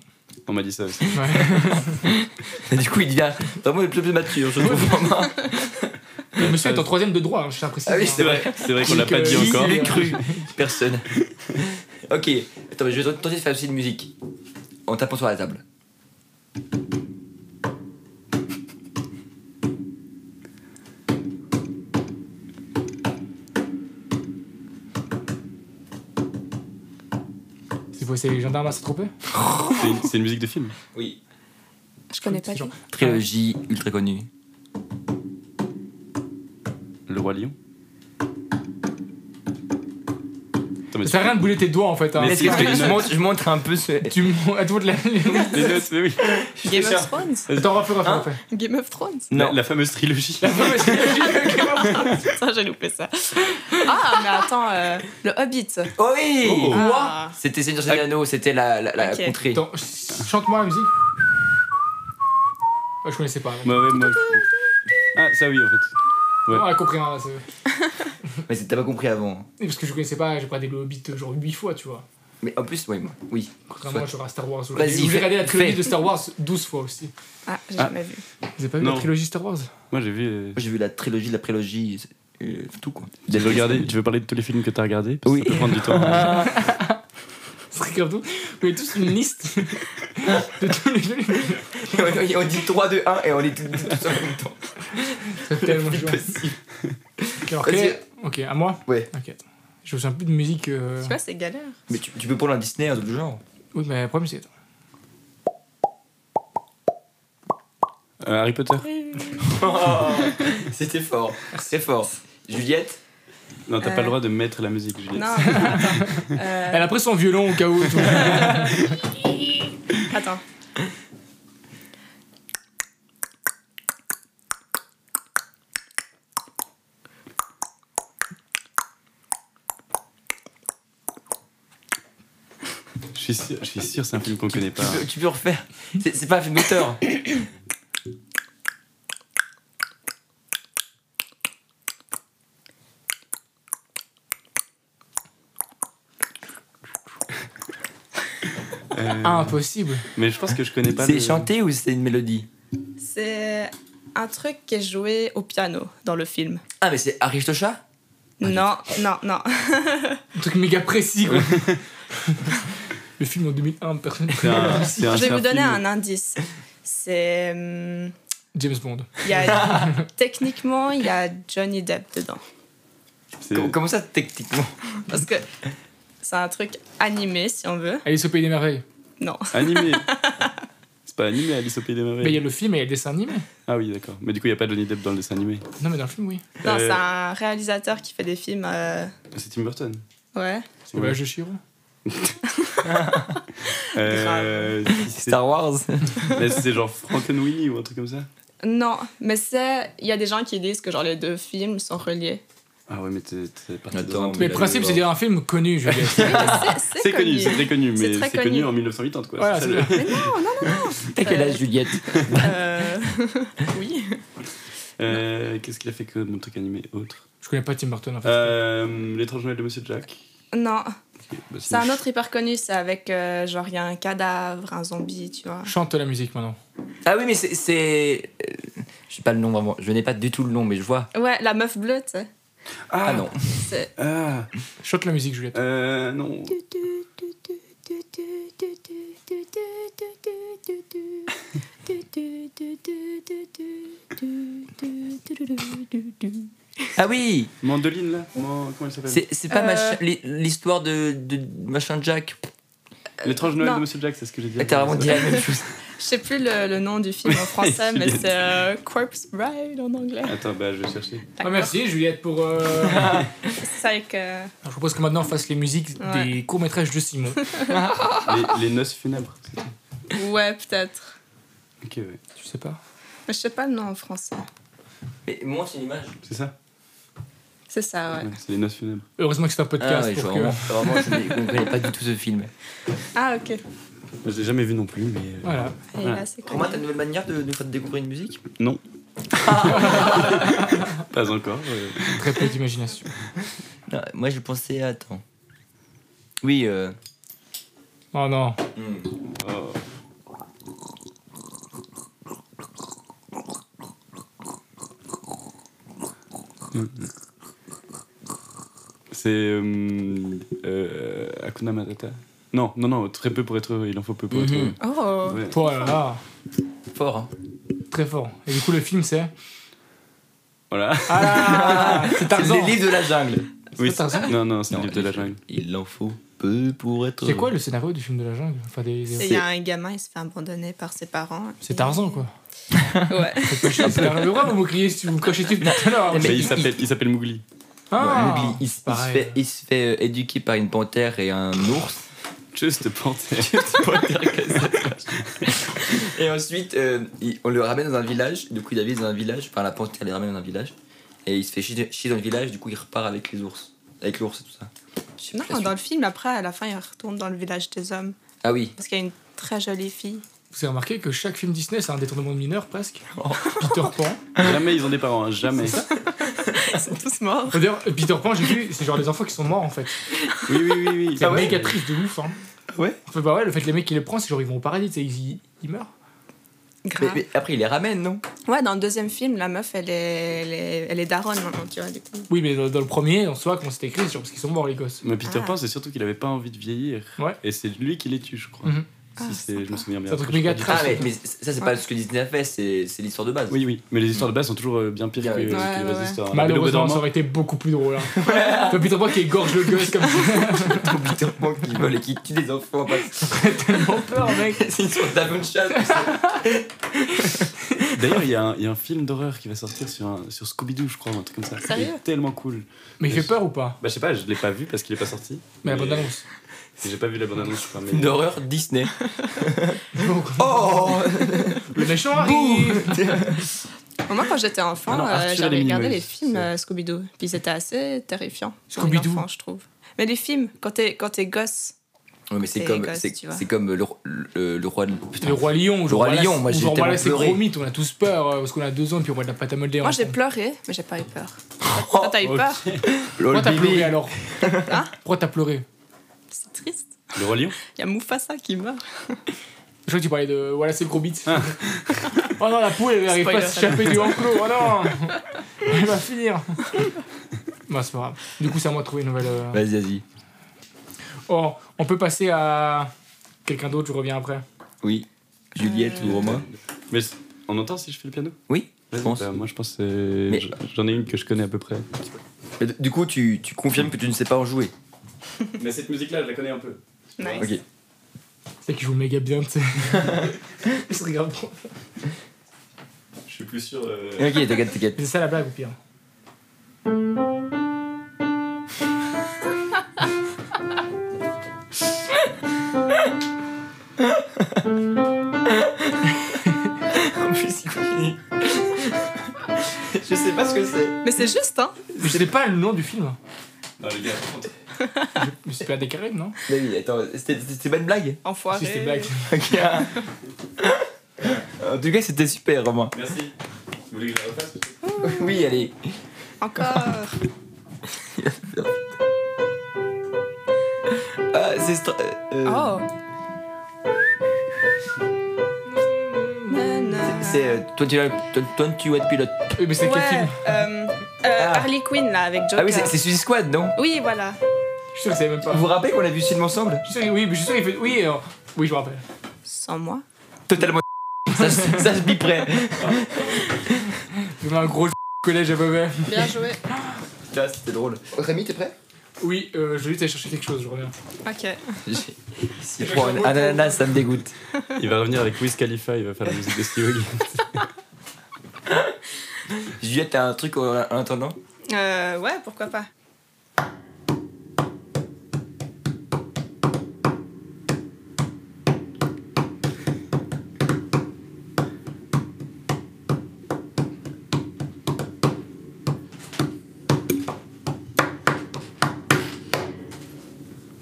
F: On m'a dit ça aussi.
E: Ouais.
D: Et du coup, il devient vraiment le plus, plus mature, je trouve. vraiment.
E: Le monsieur est en troisième de droit, hein, je tiens à préciser.
D: Ah oui,
F: C'est vrai, c'est vrai qu'on l'a pas dit
E: Qui-
F: encore.
E: l'est
D: Euh, cru Personne. ok, attends, mais je vais tenter de faire aussi de musique. En tapant sur la table.
E: C'est quoi, c'est les gendarmes à s'attroper
F: C'est une, c'est une musique de film.
D: Oui.
G: Je connais pas.
E: C'est genre-
G: lui.
D: Trilogie ultra connue.
F: Le Roi Lion. Attends, mais
E: Ça sert à rien de bouler tes doigts en fait. Hein.
D: Mais
F: Mais
D: est-ce
F: c'est-
D: que- est-ce que
F: c'est-
D: je, montre, je montre un peu ce.
E: Tu me- à tout de la.
F: tu- les notes, mais oui.
G: Game of Thrones
E: T'en refais, refais,
D: Hein
E: refais.
G: Game of Thrones
F: La,
D: Non.
F: la fameuse trilogie. Bah
E: Non, mais c'est logique, ok.
G: Ça, j'ai loupé ça. Ah, mais attends, euh, le Hobbit.
D: Oh oui
F: Oh.
G: Ah.
D: C'était Seigneur des Anneaux, c'était la, la, la
G: Ok.
D: contrée.
E: Attends, ch- chante-moi la musique. Ah, je connaissais pas.
F: Bah ouais, moi. je- Ah, ça oui, en fait.
E: On a compris, hein, c'est-
D: Mais c'est- t'as pas compris avant.
E: Oui, Parce que je connaissais pas, j'ai pas des Hobbit euh, genre 8 fois, tu vois.
D: Mais en plus, oui. moi- oui.
E: Contrairement
D: Soit.
E: genre à Star Wars. J'ai-
D: Vas-y,
E: J'ai
D: fais-
E: regardé la trilogie
D: fais.
E: de Star Wars 12 fois aussi.
G: Ah, j'ai
F: Ah.
G: jamais vu.
E: Vous avez pas vu
F: Non.
E: la trilogie Star Wars
F: Moi j'ai vu. euh,
D: Moi, J'ai vu la trilogie, la prélogie, euh, tout quoi.
F: Tu veux, regarder, tu veux parler de tous les films que t'as regardés Parce que
D: Oui.
F: Ça peut prendre du temps.
E: Ah. C'est très grave. Vous avez tous une liste de tous les jeux.
D: on dit 3, 2, 1 et on est tous tous en même temps.
E: C'est tellement
D: Plus
E: chiant.
D: possible.
E: Alors,
D: Vas-y.
E: quel- Ok, à moi
D: Ouais.
E: Ok. Je me souviens plus de musique. euh,
G: Tu vois, c'est galère.
D: Mais tu, tu peux prendre un Disney, un truc du genre.
E: Oui, mais le problème c'est.
F: Euh, Harry Potter
D: C'était fort. Très fort. Juliette
F: Non, t'as
G: Euh.
F: pas le droit de mettre la musique, Juliette.
G: Non, mais attends. Euh,
E: Elle a pris son violon au cas où. tu vois.
G: attends.
F: Je suis sûr, je suis sûr c'est un film qu'on connaît pas.
D: Tu peux, tu peux refaire. C'est c'est pas un film d'auteur.
F: Euh,
E: Ah, Impossible.
F: Mais je pense que je connais pas.
D: C'est
F: le-
D: chanté ou c'est une mélodie
G: C'est un truc qui est joué au piano dans le film.
D: Ah, mais c'est Aristocha
G: Non, non, non.
E: Un truc méga précis, quoi. Le film en 2001, personne ne
F: C'est
E: connaît.
F: un- c'est un-
G: Je vais
F: c'est
G: vous donner
F: film-
G: un indice. C'est. hum,
E: James Bond.
G: il y a- techniquement, il y a Johnny Depp dedans.
F: c'est-
D: Com- Comment ça, techniquement
G: Parce que c'est un truc animé, si on veut.
E: Alice au Pays des Merveilles.
G: Non.
F: Animé. C'est pas animé Alice au Pays des Merveilles.
E: Mais il y a le film et il y a le dessin animé.
F: Ah oui, d'accord. Mais du coup, il n'y a pas Johnny Depp dans le dessin animé.
E: Non, mais dans le film, oui.
G: Non,
F: Euh,
G: c'est un réalisateur qui fait des films. euh,
F: C'est Tim Burton.
G: Ouais.
E: C'est le voyage de Chiro.
F: Euh, si c'est-
D: Star Wars
F: mais c'est genre Frankenweenie ou un truc comme ça.
G: Non, mais c'est. Il y a des gens qui disent que genre les deux films sont reliés.
F: Ah ouais, mais t'es t'es parti
D: Attends,
F: dans un
D: mais
E: Mais
F: truc.
E: le principe, c'est dire un film connu, je veux dire.
G: Mais c'est-
F: C'est connu, c'est très connu,
G: C'est
F: mais
G: très
F: c'est connu
G: connu.
F: en 1980 quoi.
E: Voilà,
F: C'est
E: c'est
F: ça,
E: bien.
D: T'as quel âge, Juliette
G: Euh, oui.
F: le- Euh, Qu'est-ce qu'il a fait comme truc animé autre
E: Je connais pas Tim Burton, en fait.
F: Euh, L'étrange Noël de Monsieur Jack.
G: Non,
F: Ok, bah,
G: c'est un autre hyper connu. C'est avec euh, genre il y a un cadavre, un zombie, tu vois.
E: Chante la musique maintenant.
D: Ah oui, mais c'est- c'est. euh, Je sais pas le nom vraiment. Je n'ai pas du tout le nom, mais je vois.
G: Ouais, la meuf bleue, tu sais.
D: Ah, non.
G: C'est-
F: Ah
E: Chante la musique, Juliette.
F: euh, non.
D: Ah oui
F: Mandoline là Comment, comment elle s'appelle
D: C'est c'est pas
G: Euh.
D: machin- l'hi- l'histoire de, de machin Jack.
F: L'étrange Noël de
G: Non.
F: Monsieur Jack, c'est ce que j'ai dit. Euh,
D: Ah, T'as euh, vraiment dit la même chose.
G: Je sais plus le, le nom du film en français, mais c'est euh, Corpse Bride en anglais.
F: Attends, bah je vais chercher.
E: Ah,
G: D'accord.
E: merci, Juliette, pour. euh,
G: C'est avec. euh,
E: Je propose que maintenant on fasse les musiques
G: Ouais.
E: des courts-métrages de Simon.
F: Les, les noces funèbres. c'est ça
G: Ouais, peut-être.
F: Ok, ouais.
E: Tu sais pas
G: Mais je sais pas le nom en français.
D: Mais moi, c'est une image.
F: C'est ça
G: C'est ça, ouais.
F: Ouais, C'est les noces funèbres.
E: Heureusement que c'est un
D: Ah
E: podcast
D: oui, je
E: pour
D: vois
E: que.
D: vraiment, vraiment, je ne connais pas du tout ce film.
G: Ah, ok. Et
F: Je l'ai jamais vu non plus, mais. euh,
E: Voilà.
G: là, c'est cool.
D: Romain, t'as une nouvelle manière de nous faire découvrir une musique
F: Non. Pas encore. euh.
E: Très peu d'imagination.
D: Non, Ah, Moi, je pensais à. Attends. Oui, euh.
E: Oh non.
D: Hmm.
F: Oh. C'est. Euh, euh, Hakuna Matata Non, non, non, très peu pour être heureux, il en faut peu pour être
D: Mhm.
F: heureux.
G: Oh,
F: Ouais.
E: Oh là là.
D: Fort. hein.
E: Très fort. Et du coup, le film, c'est.
F: Voilà.
E: Ah C'est
D: C'est les
E: Tarzan
D: livres de la jungle.
F: Oui,
E: pas Tarzan
F: c'est- non, non, c'est le livre de la
D: il-
F: jungle.
D: Il en faut peu pour être.
E: C'est quoi le scénario du film de la jungle Enfin, des. des-
G: C'est- Il y a un gamin, il se fait abandonner par ses parents.
E: C'est Tarzan, quoi.
G: Ouais.
E: C'est Tarzan. Pourquoi vous me criez si vous me cochez dessus tout à l'heure
D: Mais
F: Mais il
D: il-
F: s'appelle il s'appelle Mowgli.
E: Ah
D: Ouais, Mowgli, il, se- il se
E: Pareil.
D: fait, il se fait, euh, éduquer par une panthère et un ours.
F: Juste Panther.
D: Et ensuite, euh, il- on le ramène dans un village. Du coup, il habite dans un village. Enfin, la panthère les ramène dans un village. Et il se fait chier, chier dans le village. Du coup, il repart avec les ours. Avec l'ours et tout ça. Je sais plus la
G: Non,
D: suite.
G: dans le film, après, à la fin, il retourne dans le village des hommes.
D: Ah oui.
G: Parce qu'il y a une très jolie fille.
E: Vous avez remarqué que chaque film Disney, c'est un détournement de mineur presque. Peter Pan.
F: jamais ils ont des parents, hein, jamais.
G: Ils sont tous morts.
E: D'ailleurs, euh, Peter Pan, j'ai vu, c'est genre les enfants qui sont morts en fait.
F: Oui, oui, oui, oui. Ah
E: C'est méga triste de ouf. Hein.
F: Ouais
E: En fait, bah ouais, le fait que les mecs qui les prennent, c'est genre ils vont au paradis, tu sais, ils, ils- ils meurent.
D: Mais,
G: Grave.
D: mais après, il les ramène, non
G: Ouais, dans le deuxième film, la meuf, elle est, elle est, elle est daronne maintenant, tu vois, du coup.
E: Oui, mais dans, dans le premier, en soi, comment c'était écrit, c'est genre parce qu'ils sont morts les gosses.
F: Mais Peter
G: Ah.
F: Pan, c'est surtout qu'il avait pas envie de vieillir.
E: Ouais.
F: Et c'est lui qui les tue, je crois.
E: Mhm.
F: Si
G: Ah,
F: c'est, je me souviens bien.
E: C'est un truc
F: Je crois
E: méga
F: que-
E: trash.
D: Ah, mais, mais ça, c'est pas ce que Disney a fait. C'est c'est l'histoire de base.
F: Oui, oui. Mais les histoires de base sont toujours euh, bien pires
D: Bien,
F: que,
D: oui.
F: que
G: Ouais,
F: les
G: ouais,
F: vraies
G: ouais.
F: histoires.
E: Malheureusement,
F: Bédo
E: ça aurait été beaucoup plus drôle. Hein. T'as Peter Pan qui égorge le gosse comme ça.
D: Ton Peter Pan qui vole et qui tue les enfants. parce que
E: Tellement peur, mec.
D: C'est une sorte d'avant-chasse.
F: Dormant. D'ailleurs, il y, a un- il y a un film d'horreur qui va sortir sur, un- sur Scooby-Doo, je crois, ou un truc comme ça.
G: Sérieux
F: Il est tellement cool.
E: Mais il fait peur ou pas
F: Bah, je sais pas, je l'ai pas vu parce qu'il est pas sorti.
E: Mais la bonne annonce.
F: J'ai pas vu la bande annonce, je crois. Mais...
D: Une horreur Disney.
E: Bon,
D: Oh
E: Le méchant arrive
G: Moi, quand j'étais enfant,
F: Ah non,
G: euh,
F: Arthur et
G: j'avais
F: les
G: regardé
F: Minimoys,
G: les films
F: c'est-
G: euh, Scooby-Doo. Puis c'était assez terrifiant. pour une
E: Scooby-Doo.
G: enfant, je trouve. Mais les films, quand t'es quand t'es gosse,
D: Ouais, mais c'est
G: C'est
D: comme,
G: Écosse,
D: c'est-
G: tu vois.
D: c'est comme le, le, le roi de. putain.
E: Le roi lion,
D: Le roi lion, moi, j'ai
E: Le roi
D: tellement
E: là, c'est
D: pleuré.
E: gros mythe, on a tous peur euh, parce qu'on a deux ans puis on voit de la pâte à modeler.
G: Moi,
E: on-
G: j'ai pleuré, mais j'ai pas eu peur. Toi, t'as eu
E: ok.
G: peur
E: Pourquoi t'as
D: Oh, Bébé.
E: pleuré alors
G: Hein
E: Pourquoi t'as pleuré
G: C'est triste.
F: Le roi lion
G: Il y a Mufasa qui meurt.
E: Je crois que tu parlais de voilà, c'est le gros bite.
D: Ah.
E: oh non, la poule elle arrive pas à
G: Spoiler.
E: s'échapper du enclos. Oh non Elle va finir. Bon, c'est pas grave. Du coup, c'est à moi de trouver une nouvelle. euh,
D: Vas-y, vas-y.
E: Oh, on peut passer à quelqu'un d'autre, je reviens après.
D: Oui. Juliette ou Romain
F: Mais c- on entend si je fais le piano
D: Oui, je
F: Vas-y,
D: pense.
F: bah, Moi, je pense. euh,
D: Mais-
F: j- J'en ai une que je connais à peu près.
D: Mais d- Du coup, tu, tu confirmes que tu ne sais pas en jouer.
F: Mais cette musique-là, je la connais un peu.
G: Nice.
D: Ok.
E: C'est qui joue méga bien, tu sais. Il se regarde trop.
F: Je suis plus sûr. euh,
D: Ok, t'inquiète, t'inquiète.
E: C'est ça la blague au pire.
D: En plus, il continue. Je sais pas ce que c'est.
G: Mais c'est juste, hein
E: Je sais pas le nom du film.
F: Non, les gars, par contre,
E: Mais c'est pas des Caraïbes, non
D: Mais oui, attends, c'était c'était pas une blague
G: Enfoiré.
E: Si c'était blague.
D: Ok. En tout cas, c'était super, Romain.
F: merci. Vous voulez que je la refasse
D: Oui, allez.
G: Encore.
D: Ah, c'est. stra- euh,
G: Oh. Oh.
D: C'est. euh, toi, tu as. Toi, toi, tu as de pilote.
E: Oui, mais c'est quel film
G: Ouais, euh, euh,
D: Ah.
G: Harley Quinn là avec Joker.
D: Ah oui, c'est c'est Suicide Squad, non
G: Oui, voilà.
E: Je suis sûr que c'est même pas.
D: Vous vous rappelez qu'on a vu ce film ensemble
E: Je suis sûr que- oui, mais je suis sûr qu'il fait. Oui, euh, oui, je me rappelle.
G: Sans moi.
D: Totalement. ça, se- ça se biperait.
E: J'ai mis un gros collège à Beauvais.
G: Bien joué.
D: Putain, c'était drôle. Rémi, t'es prêt
E: Oui, euh, je vais juste aller chercher quelque chose, je reviens.
G: Ok.
D: Si je prends un ananas, ça me dégoûte.
F: Il va revenir avec Wiz Khalifa, il va faire la musique de Steve Aoki.
D: Juliette, t'as un truc en en attendant
G: Euh, ouais, pourquoi pas.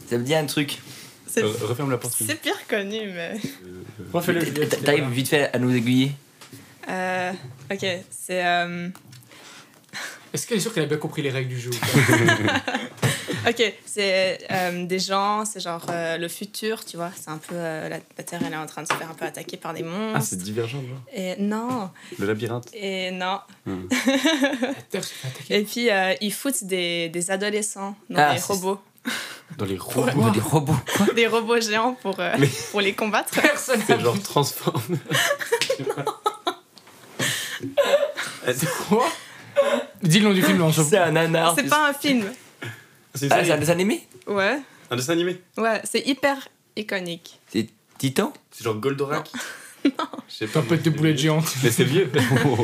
D: Ça me dit un truc.
G: C'est
F: Euh, Referme la porte.
G: c'est pire connu, mais.
E: Refais-le,
D: T-
E: Juliette. c'était
D: T'arrives
E: pas
D: vite fait à nous aiguiller
G: Euh, ok, c'est. euh,
E: grave. Est-ce qu'elle est sûre qu'elle a bien compris les règles du jeu ou pas
G: Ok, c'est euh, des gens, c'est genre euh, le futur, tu vois. C'est un peu. euh, la, la Terre, elle est en train de se faire un peu attaquer par des
F: Ah,
G: monstres.
F: c'est divergent, genre.
G: et non,
F: Le labyrinthe.
G: et non.
E: La Terre se fait attaquer.
G: Et puis, euh, ils foutent des, des adolescents dans
D: Ah,
G: des
D: c'est-
G: robots.
F: Dans les roues.
D: On veut des robots.
G: Des robots géants pour, euh, pour les combattre.
E: Personne n'a
F: C'est genre transforme. Ah,
E: Quoi Dis le nom du film, là, on s'en fout.
D: C'est un nanar.
G: C'est pas un film.
F: C'est une
D: Ah,
F: série.
D: c'est un dessin animé
G: Ouais,
F: un dessin animé.
G: ouais, c'est hyper iconique.
D: C'est Titan
F: C'est genre Goldorak. Je sais pas.
E: Tempête de boulettes géantes.
F: Mais c'est vieux.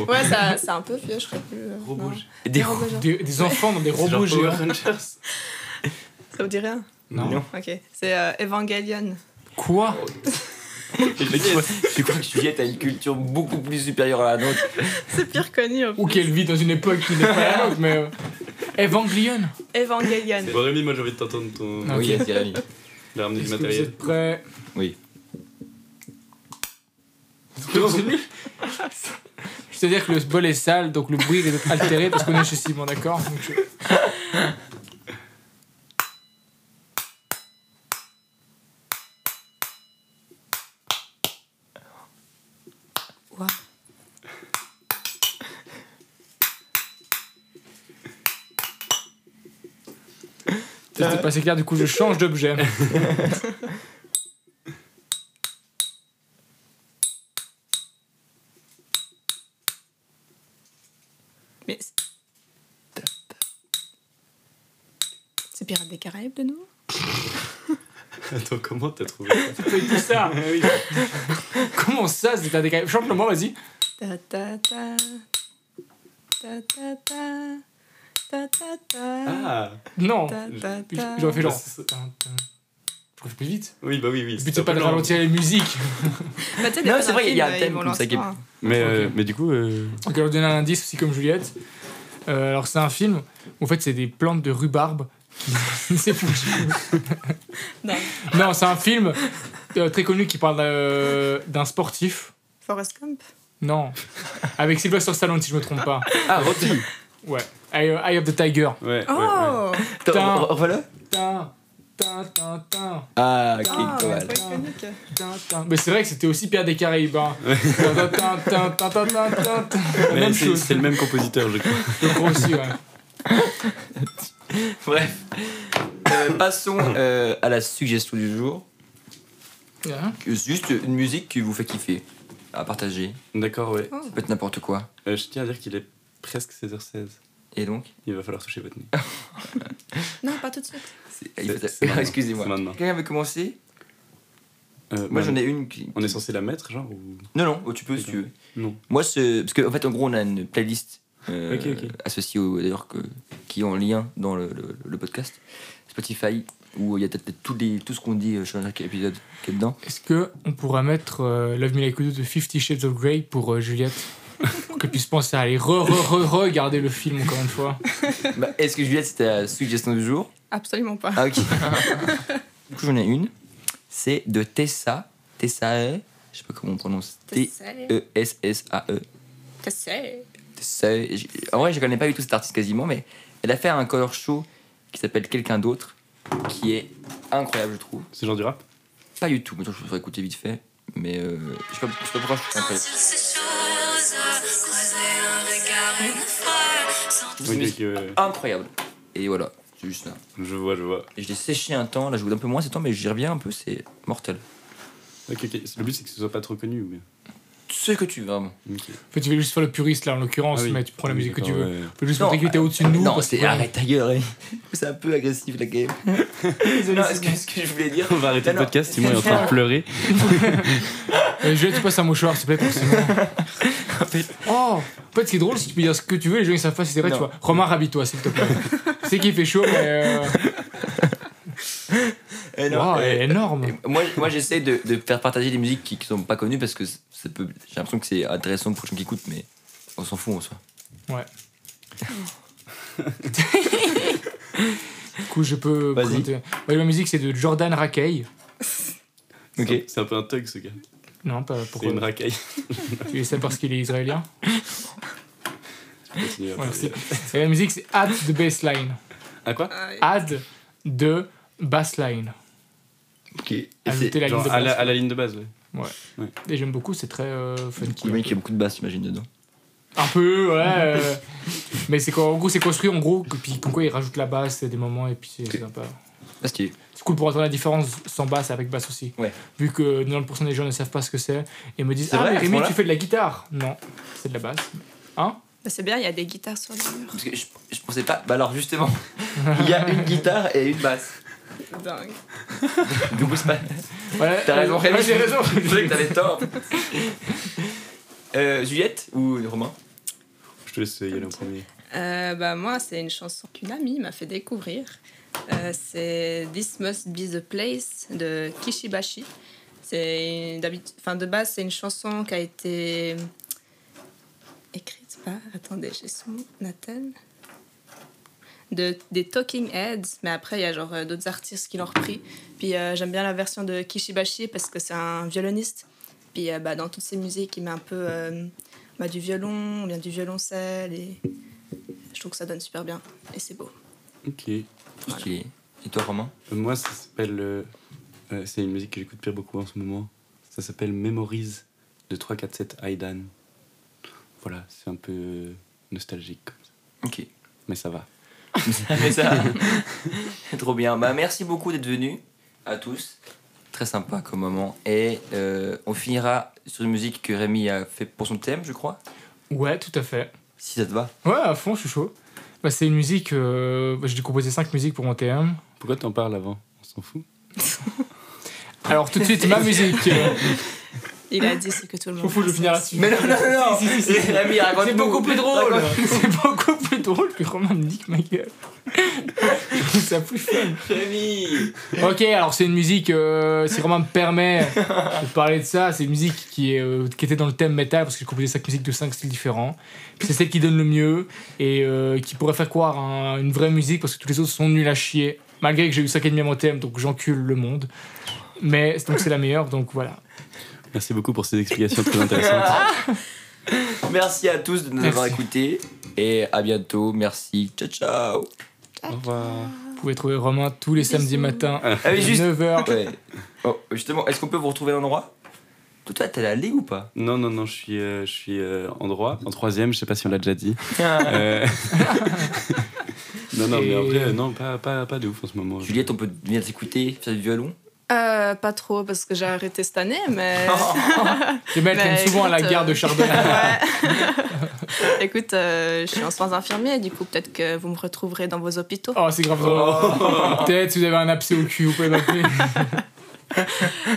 G: Ouais, ça, c'est un peu vieux, je crois plus. euh,
F: Gros
G: non.
F: bouge.
D: Des
G: Robot géant.
E: Des, des enfants dans des
F: C'est genre
E: robots
F: Power
E: géants.
F: Rangers.
G: Ça vous dit rien
E: hein. Non.
G: Ok, c'est euh, Evangelion.
E: Quoi
D: Tu crois que Juliette a une culture beaucoup plus supérieure à la nôtre
G: C'est pire connu. en
E: Ou
G: plus.
E: qu'elle vit dans une époque qui n'est pas la nôtre, mais. euh, Evangelion
G: Evangelion.
F: Bon, Rémi, moi j'ai envie de t'entendre ton.
E: Non.
D: Ah Oui, c'est Rémi.
F: Il a ramené du
E: Est-ce que vous
F: matériel.
E: êtes prêts
D: Oui.
E: C'est-à-dire que le bol est sale, donc le bruit est altéré parce qu'on est chez Simon, d'accord Donc, je-
G: Ouah.
E: C'était pas assez clair, du coup je change d'objet.
G: Mais. c'est- C'est Pirates des Caraïbes de nouveau
F: Attends, comment t'as trouvé ça
E: Mais tout ça Eh Comment ça c'est un décalage Chante-le moi, vas-y.
G: Ta ta ta. Ta ta ta. Ta ta ta.
F: Ah
E: Non
G: Ta ta ta.
E: J'aurais fait genre.
F: C'est-
E: Je refais plus vite.
F: Oui, bah oui, oui.
E: Le but c'est
F: un
E: pas
F: peu
E: de
F: lent.
E: ralentir les musiques.
G: Bah, tu sais, des
D: Non,
G: fois,
D: c'est
G: dans
D: vrai,
G: le
D: il y a
G: film,
D: un thème
G: ils vont
D: comme
G: lancer
D: ça qui est-
G: un.
F: Mais, euh,
E: Ok.
F: mais du coup. euh,
E: Donc, je vais vous donner un indice aussi comme Juliette. Euh, alors, c'est un film où en fait, c'est des plantes de rhubarbe c'est fou.
G: Non.
E: Non, c'est un film euh, très connu qui parle euh, d'un sportif.
G: Forrest Gump.
E: Non. Avec Sylvester Stallone, si je me trompe pas.
F: Ah, Rocky
E: Ouais. Eye, Eye of the Tiger.
F: Ouais. ouais, ouais.
G: Oh!
E: Putain.
D: Attends, voilà.
E: Tin, tin, tin, tin,
D: Ah, ok,
G: Ah,
D: cool.
G: c'est pas iconique.
E: tin, tin. Mais c'est vrai que c'était aussi Pierre des Caraïbes. hein. Tin, tin, tin, tin, tin, tin, tin, tin.
F: Mais
E: Même
F: c'est-
E: chose.
F: C'est le même compositeur, je crois.
E: Le gros aussi, ouais.
D: Bref. Euh, passons euh, à la suggestion du jour.
E: Hein
D: Que- Juste une musique qui vous fait kiffer, à partager.
F: D'accord, ouais.
D: Ça peut être n'importe quoi.
F: Euh, je tiens à dire qu'il est presque 16h16.
D: Et donc
F: Il va falloir toucher votre nez.
G: Non, pas tout de suite.
D: c'est- il faut-
F: C'est- c'est maintenant.
D: Excusez-moi.
F: C'est maintenant.
D: Quelqu'un veut commencer
F: Euh,
D: Moi
F: bah,
D: j'en ai une qui.
F: On est censé la mettre, genre ou...
D: Non, non, oh, tu peux si tu veux.
F: Non.
D: Moi, c'est. Parce qu'en fait, en gros, on a une playlist euh,
F: Ok, ok.
D: associée au. D'ailleurs, que... qui est en lien dans le, le- le podcast Spotify, où il y a peut-être tout, les... tout ce qu'on dit euh, sur chaque épisode qui est dedans.
E: Est-ce que on pourra mettre euh, Love Me Like You Do de Fifty Shades of Grey pour euh, Juliette Pour qu'elle puisse penser à aller re, re, re, regarder le film encore une fois.
D: Bah, Est-ce que Juliette, c'est ta suggestion du jour
G: Absolument pas.
D: Ah, ok. du coup, j'en ai une. C'est de Tessa. Tessa, je sais pas comment on prononce. E
G: T'essaies.
D: T-E-S-S-A-E.
G: T'essaies.
D: Ça, j- en vrai, je connais pas du tout cette artiste quasiment, mais elle a fait un color show qui s'appelle Quelqu'un d'autre, qui est incroyable, je trouve.
F: C'est genre du rap
D: Pas du tout, mais je pourrais écouter vite fait, mais euh, je, sais pas, je sais pas pourquoi je trouve ça incroyable. Je trouve
F: Oui,
D: cette
F: dès
D: musique
F: que-
D: incroyable. Et voilà, c'est juste ça.
F: Je vois, je vois.
D: Et je l'ai séché un temps, là je joue un peu moins ces temps, mais j'y reviens un peu, c'est mortel.
F: Ok, ok. Le but, c'est que ce soit pas trop connu. Mais...
D: Ce que tu veux, vraiment.
F: Ok.
E: En fait, tu veux juste faire le puriste là en l'occurrence,
F: Ah oui.
E: mais tu prends la
F: Oui,
E: musique que tu
F: d'accord,
E: veux.
F: ouais.
E: Tu peux juste
D: Non, euh,
E: montrer que t'es au-dessus de nous.
D: non,
E: parce que
D: c'est
E: voilà.
D: arrête ta gueule, hein. c'est un peu agressif la game. non, ce que, ce que je voulais dire.
F: On va arrêter
D: Non,
F: le
D: non.
F: podcast, Simon est en train de pleurer.
E: Euh, Juliette, tu passes un mouchoir, s'il te plaît, pour Simon. Oh En fait, ce qui est drôle, c'est que tu peux dire ce que tu veux, les gens ils savent pas si c'est vrai,
D: Non.
E: tu vois. Romain, rhabille-toi, s'il te plaît. c'est qu'il fait chaud, mais. Euh...
D: Eh non,
E: Waouh,
D: eh,
E: elle est énorme
D: Et Moi, moi j'essaie de, de faire partager des musiques qui, qui sont pas connues parce que c- ça peut- j'ai l'impression que c'est intéressant pour les gens qui écoutent, mais on s'en fout en soi.
E: Ouais. du coup, je peux.
D: Vas-y.
E: présenter- Ouais, la musique, c'est de Jordan Rackey.
D: Ok.
F: C'est un peu un thug, ce gars.
E: Non, pas
F: C'est
E: pourquoi.
F: une racaille.
E: Tu le sais parce qu'il est israélien.
F: Continue à
E: Ouais,
F: parler.
E: c'est- Et la musique, c'est Add the Bassline.
F: Ah quoi
E: Add de Bassline.
D: Ok. Et
E: Ajouter la ligne
F: Genre
E: de
F: à la, à
E: basse.
F: la ligne de base, ouais.
E: Et j'aime beaucoup, c'est très euh, funky.
D: Le mec, il y a beaucoup de basses, j'imagine, dedans.
E: Un peu, ouais. euh, mais c'est quoi En gros, c'est construit en gros, que- puis comme quoi ils rajoutent la basse à des moments et puis c'est sympa.
D: Ah, stylé.
E: C'est cool pour entendre la différence sans basse avec basse aussi.
D: Ouais.
E: Vu que 90% des gens ne savent pas ce que c'est et me disent
D: C'est
E: Ah,
D: vrai,
E: mais
D: à ce
E: Rémi,
D: moment-là
E: tu fais de la guitare Non, c'est de la basse. Hein
G: Bah, c'est bien, il y a des guitares sur le mur.
D: Parce que je, je pensais pas. Bah alors, justement, il y a une guitare et une basse.
G: Dingue.
D: Du coup, c'est pas.
E: Ouais,
D: T'as raison,
E: ouais,
D: Rémi.
E: j'ai raison.
D: Je savais que t'avais tort. Euh, Juliette ou Romain
F: Je te laisse y aller en premier.
G: Euh, bah, moi, c'est une chanson qu'une amie m'a fait découvrir. Euh, c'est This Must Be the Place de Kishibashi. C'est une- d'habitude- enfin, de base, c'est une chanson qui a été écrite par. Attendez, j'ai son nom, Nathan. De, des Talking Heads, mais après il y a genre euh, d'autres artistes qui l'ont repris. Puis euh, j'aime bien la version de Kishibashi parce que c'est un violoniste. Puis euh, bah, dans toutes ses musiques, il met un peu euh, bah, du violon, bien du violoncelle et je trouve que ça donne super bien et c'est beau.
F: Ok. Euh,
D: Stylé. Et toi, Romain
F: Moi, ça s'appelle. euh, euh, c'est une musique que j'écoute pire beaucoup en ce moment. Ça s'appelle Memories de 347 Aidan. Voilà, c'est un peu euh, nostalgique. comme ça.
D: Ok.
F: Mais ça va.
D: Mais ça. Trop bien. Bah, merci beaucoup d'être venus à tous. Très sympa comme moment. Et euh, on finira sur une musique que Rémi a fait pour son thème, je crois.
E: Ouais, tout à fait.
D: Si ça te va.
E: Ouais, à fond, je suis chaud. Bah, c'est une musique. euh, bah, J'ai composé 5 musiques pour mon TM.
F: Pourquoi t'en parles avant On s'en fout
E: Alors, tout de suite, ma musique. euh,
G: Il a dit c'est que tout le
E: Je m'en
G: monde.
E: fous, je vais finir là-dessus.
D: Mais non, non, non Rémi, raconte
E: C'est
D: tout.
E: beaucoup plus drôle.
D: Raconte-
E: C'est beaucoup plus drôle que Romain me dit que ma gueule. ça plus fun. Ok, alors c'est une musique, euh, si Romain me permet de parler de ça, c'est une musique qui, est, euh, qui était dans le thème métal, parce que j'ai composé 5 musiques de 5 styles différents. Puis C'est celle qui donne le mieux et euh, qui pourrait faire croire à une vraie musique, parce que tous les autres sont nuls à chier, malgré que j'ai eu 5,5 à mon thème, donc j'encule le monde. Mais donc c'est la meilleure, donc voilà.
F: Merci beaucoup pour ces explications très intéressantes.
D: Merci à tous de nous avoir
E: Merci.
D: écoutés et à bientôt. Merci. Ciao, ciao.
F: Au revoir.
E: Vous pouvez trouver Romain tous les samedis matins à
D: Ah oui, juste.
E: 9h.
D: Ouais. Oh, justement, est-ce qu'on peut vous retrouver à l'endroit Toi, toi, t'es allé ou pas
F: Non, non, non, je suis, euh, je suis euh, en droit, en troisième, je sais pas si on l'a déjà dit.
D: Ah.
F: Euh, non, non, mais en vrai, euh, non, pas, pas, pas de ouf en ce moment.
D: Juliette, on peut venir t'écouter, faire du violon
G: Euh, pas trop, parce que j'ai arrêté cette année, mais.
E: Oh. Les mecs
G: Bah,
E: viennent souvent à la
G: écoute,
E: gare
G: euh,
E: de Chardonnay.
G: Ouais. écoute, euh, je suis en soins infirmiers, du coup, peut-être que vous me retrouverez dans vos hôpitaux.
E: Oh, c'est grave drôle.
D: Oh.
E: Peut-être si vous avez un abcès au cul, vous pouvez m'appeler. Oh.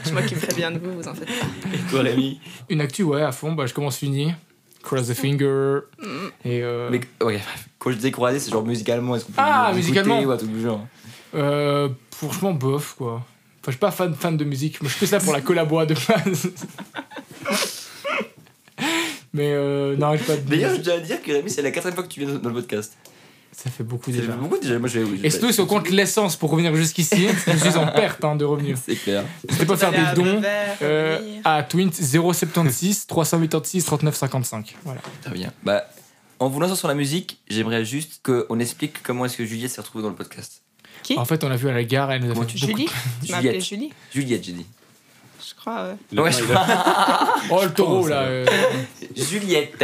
G: Je m'occuperai bien de vous, vous en faites pas.
D: Toi, l'ami.
E: Une actu, ouais, à fond, bah, je commence fini. Cross the finger.
G: Mm.
E: Et euh,
D: Mais ouais, quand je disais croisé, c'est genre musicalement. Est-ce qu'on peut
E: Ah,
D: vous écouter
E: musicalement.
D: ou un truc du genre
E: euh, franchement, bof, quoi. Enfin, je suis pas fan, fan de musique. Moi, je fais ça pour la collabo à de base. Mais euh, non, j'ai pas de.
D: D'ailleurs, je dois dire que Rémi, c'est la quatrième fois que tu viens dans le podcast.
E: ça fait beaucoup
D: C'est
E: déjà.
D: beaucoup déjà. Moi, je
E: Et surtout, si on compte l'essence pour revenir jusqu'ici, je suis en perte hein, de revenus.
D: C'est clair.
E: N'hésitez pas à faire
G: Aller à
E: des dons
G: Nevers,
E: euh,
G: revenir.
E: à Twint 076 386 39 55. Voilà.
D: Très bien. Bah, en vous lançant sur la musique, j'aimerais juste qu'on explique comment est-ce que Juliette s'est retrouvée dans le podcast.
E: En fait, on l'a vu à la gare, elle nous a
D: Comment
E: fait
D: tu-
E: beaucoup-
G: Julie Tu m'as appelée
D: Juliette.
G: Julie
D: Juliette, j'ai dit.
G: Je crois, ouais.
F: Le-
D: ouais,
F: non,
D: je
F: il a-
E: Oh, le taureau là. euh.
D: Juliette.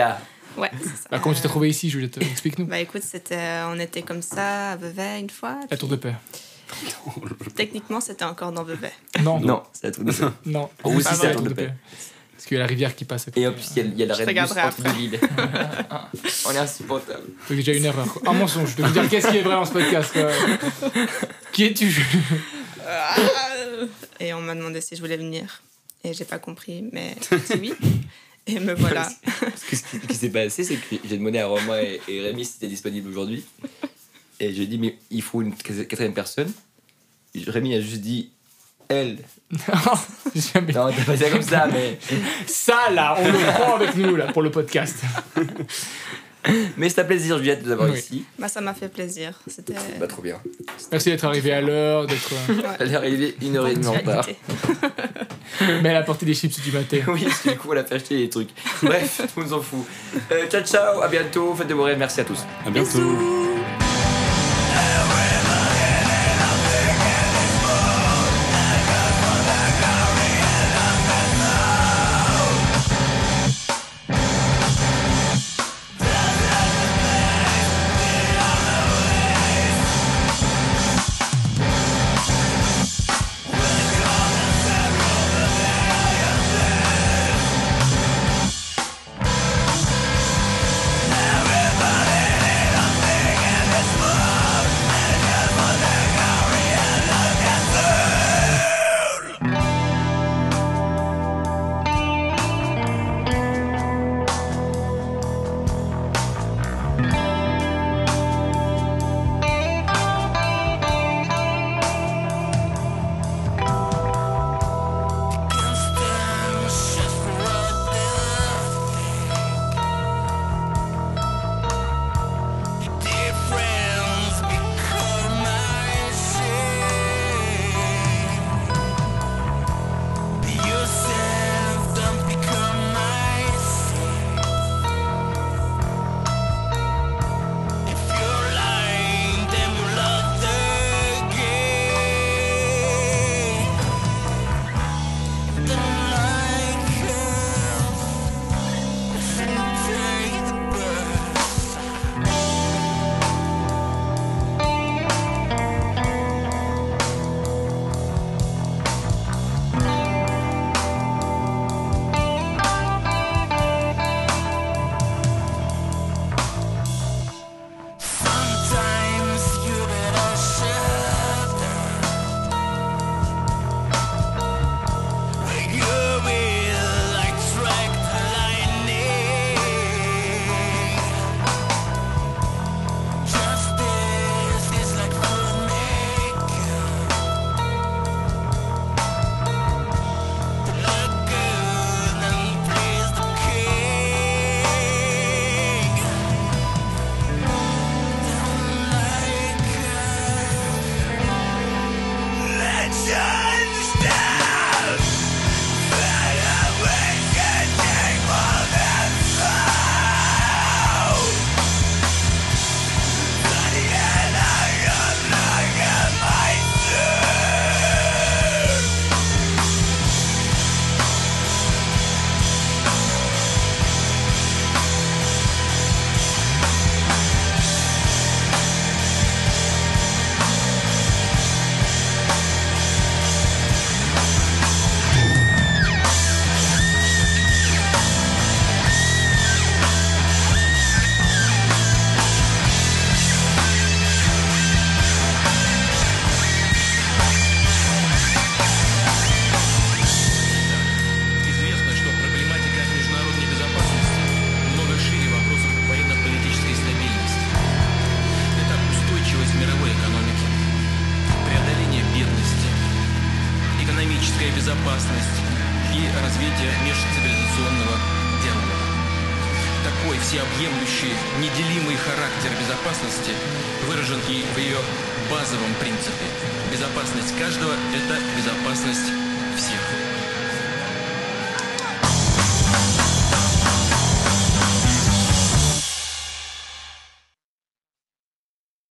G: Ouais, c'est ça.
E: Bah, comment tu t'es trouvé ici, Juliette Explique-nous.
G: Bah écoute, c'était, on était comme ça à Vevey une fois.
E: La tour de paix.
G: puis Techniquement, c'était encore dans Vevey.
E: Non, Ah, non.
D: Non, c'est la tour de paix. Oh,
E: Pas
D: si, c'est
E: vrai,
D: la Tour de Paix.
E: Parce qu'il y a la rivière qui passe à côté.
D: Et en plus, il y a- il y a la
G: Je
D: Red Bull
G: regarderai
D: entre deux villes. On est insupportable.
E: Donc, déjà une erreur. quoi. Un mensonge. Je vais vous dire qu'est-ce qui est vrai dans ce podcast. quoi. Qui es-tu
G: Et on m'a demandé si je voulais venir. Et j'ai pas compris, mais j'ai dit oui. Et me
E: Bah,
G: voilà.
D: Parce que ce qui, ce qui s'est passé, c'est que j'ai demandé à Romain et, et Rémi si c'était disponible aujourd'hui. Et j'ai dit, mais il faut une quasi- quatrième personne. Et Rémi a juste dit, elle.
E: Jamais.
D: Non, t'as pas dit ça comme ça, mais.
E: Ça là, on le prend avec nous là pour le podcast.
D: Mais c'est un plaisir, Juliette, de nous avoir
E: Oui.
D: ici.
G: Bah ça m'a fait plaisir. C'était.
D: Bah, trop bien.
E: Merci d'être arrivé à l'heure, d'être. euh,
D: Elle est arrivée une heure et demie en retard.
G: Actualité.
E: euh, Mais elle a porté des chips du matin.
D: Oui, parce que du coup, elle a fait acheter des trucs. Bref, on nous en fout. Euh, ciao, ciao, à bientôt. Faites de beaux rêves, merci à tous.
F: À bientôt.
H: Everybody безопасность и развитие межцивилизационного диалога. Такой всеобъемлющий, неделимый характер безопасности выражен и в ее базовом принципе. Безопасность каждого – это безопасность всех.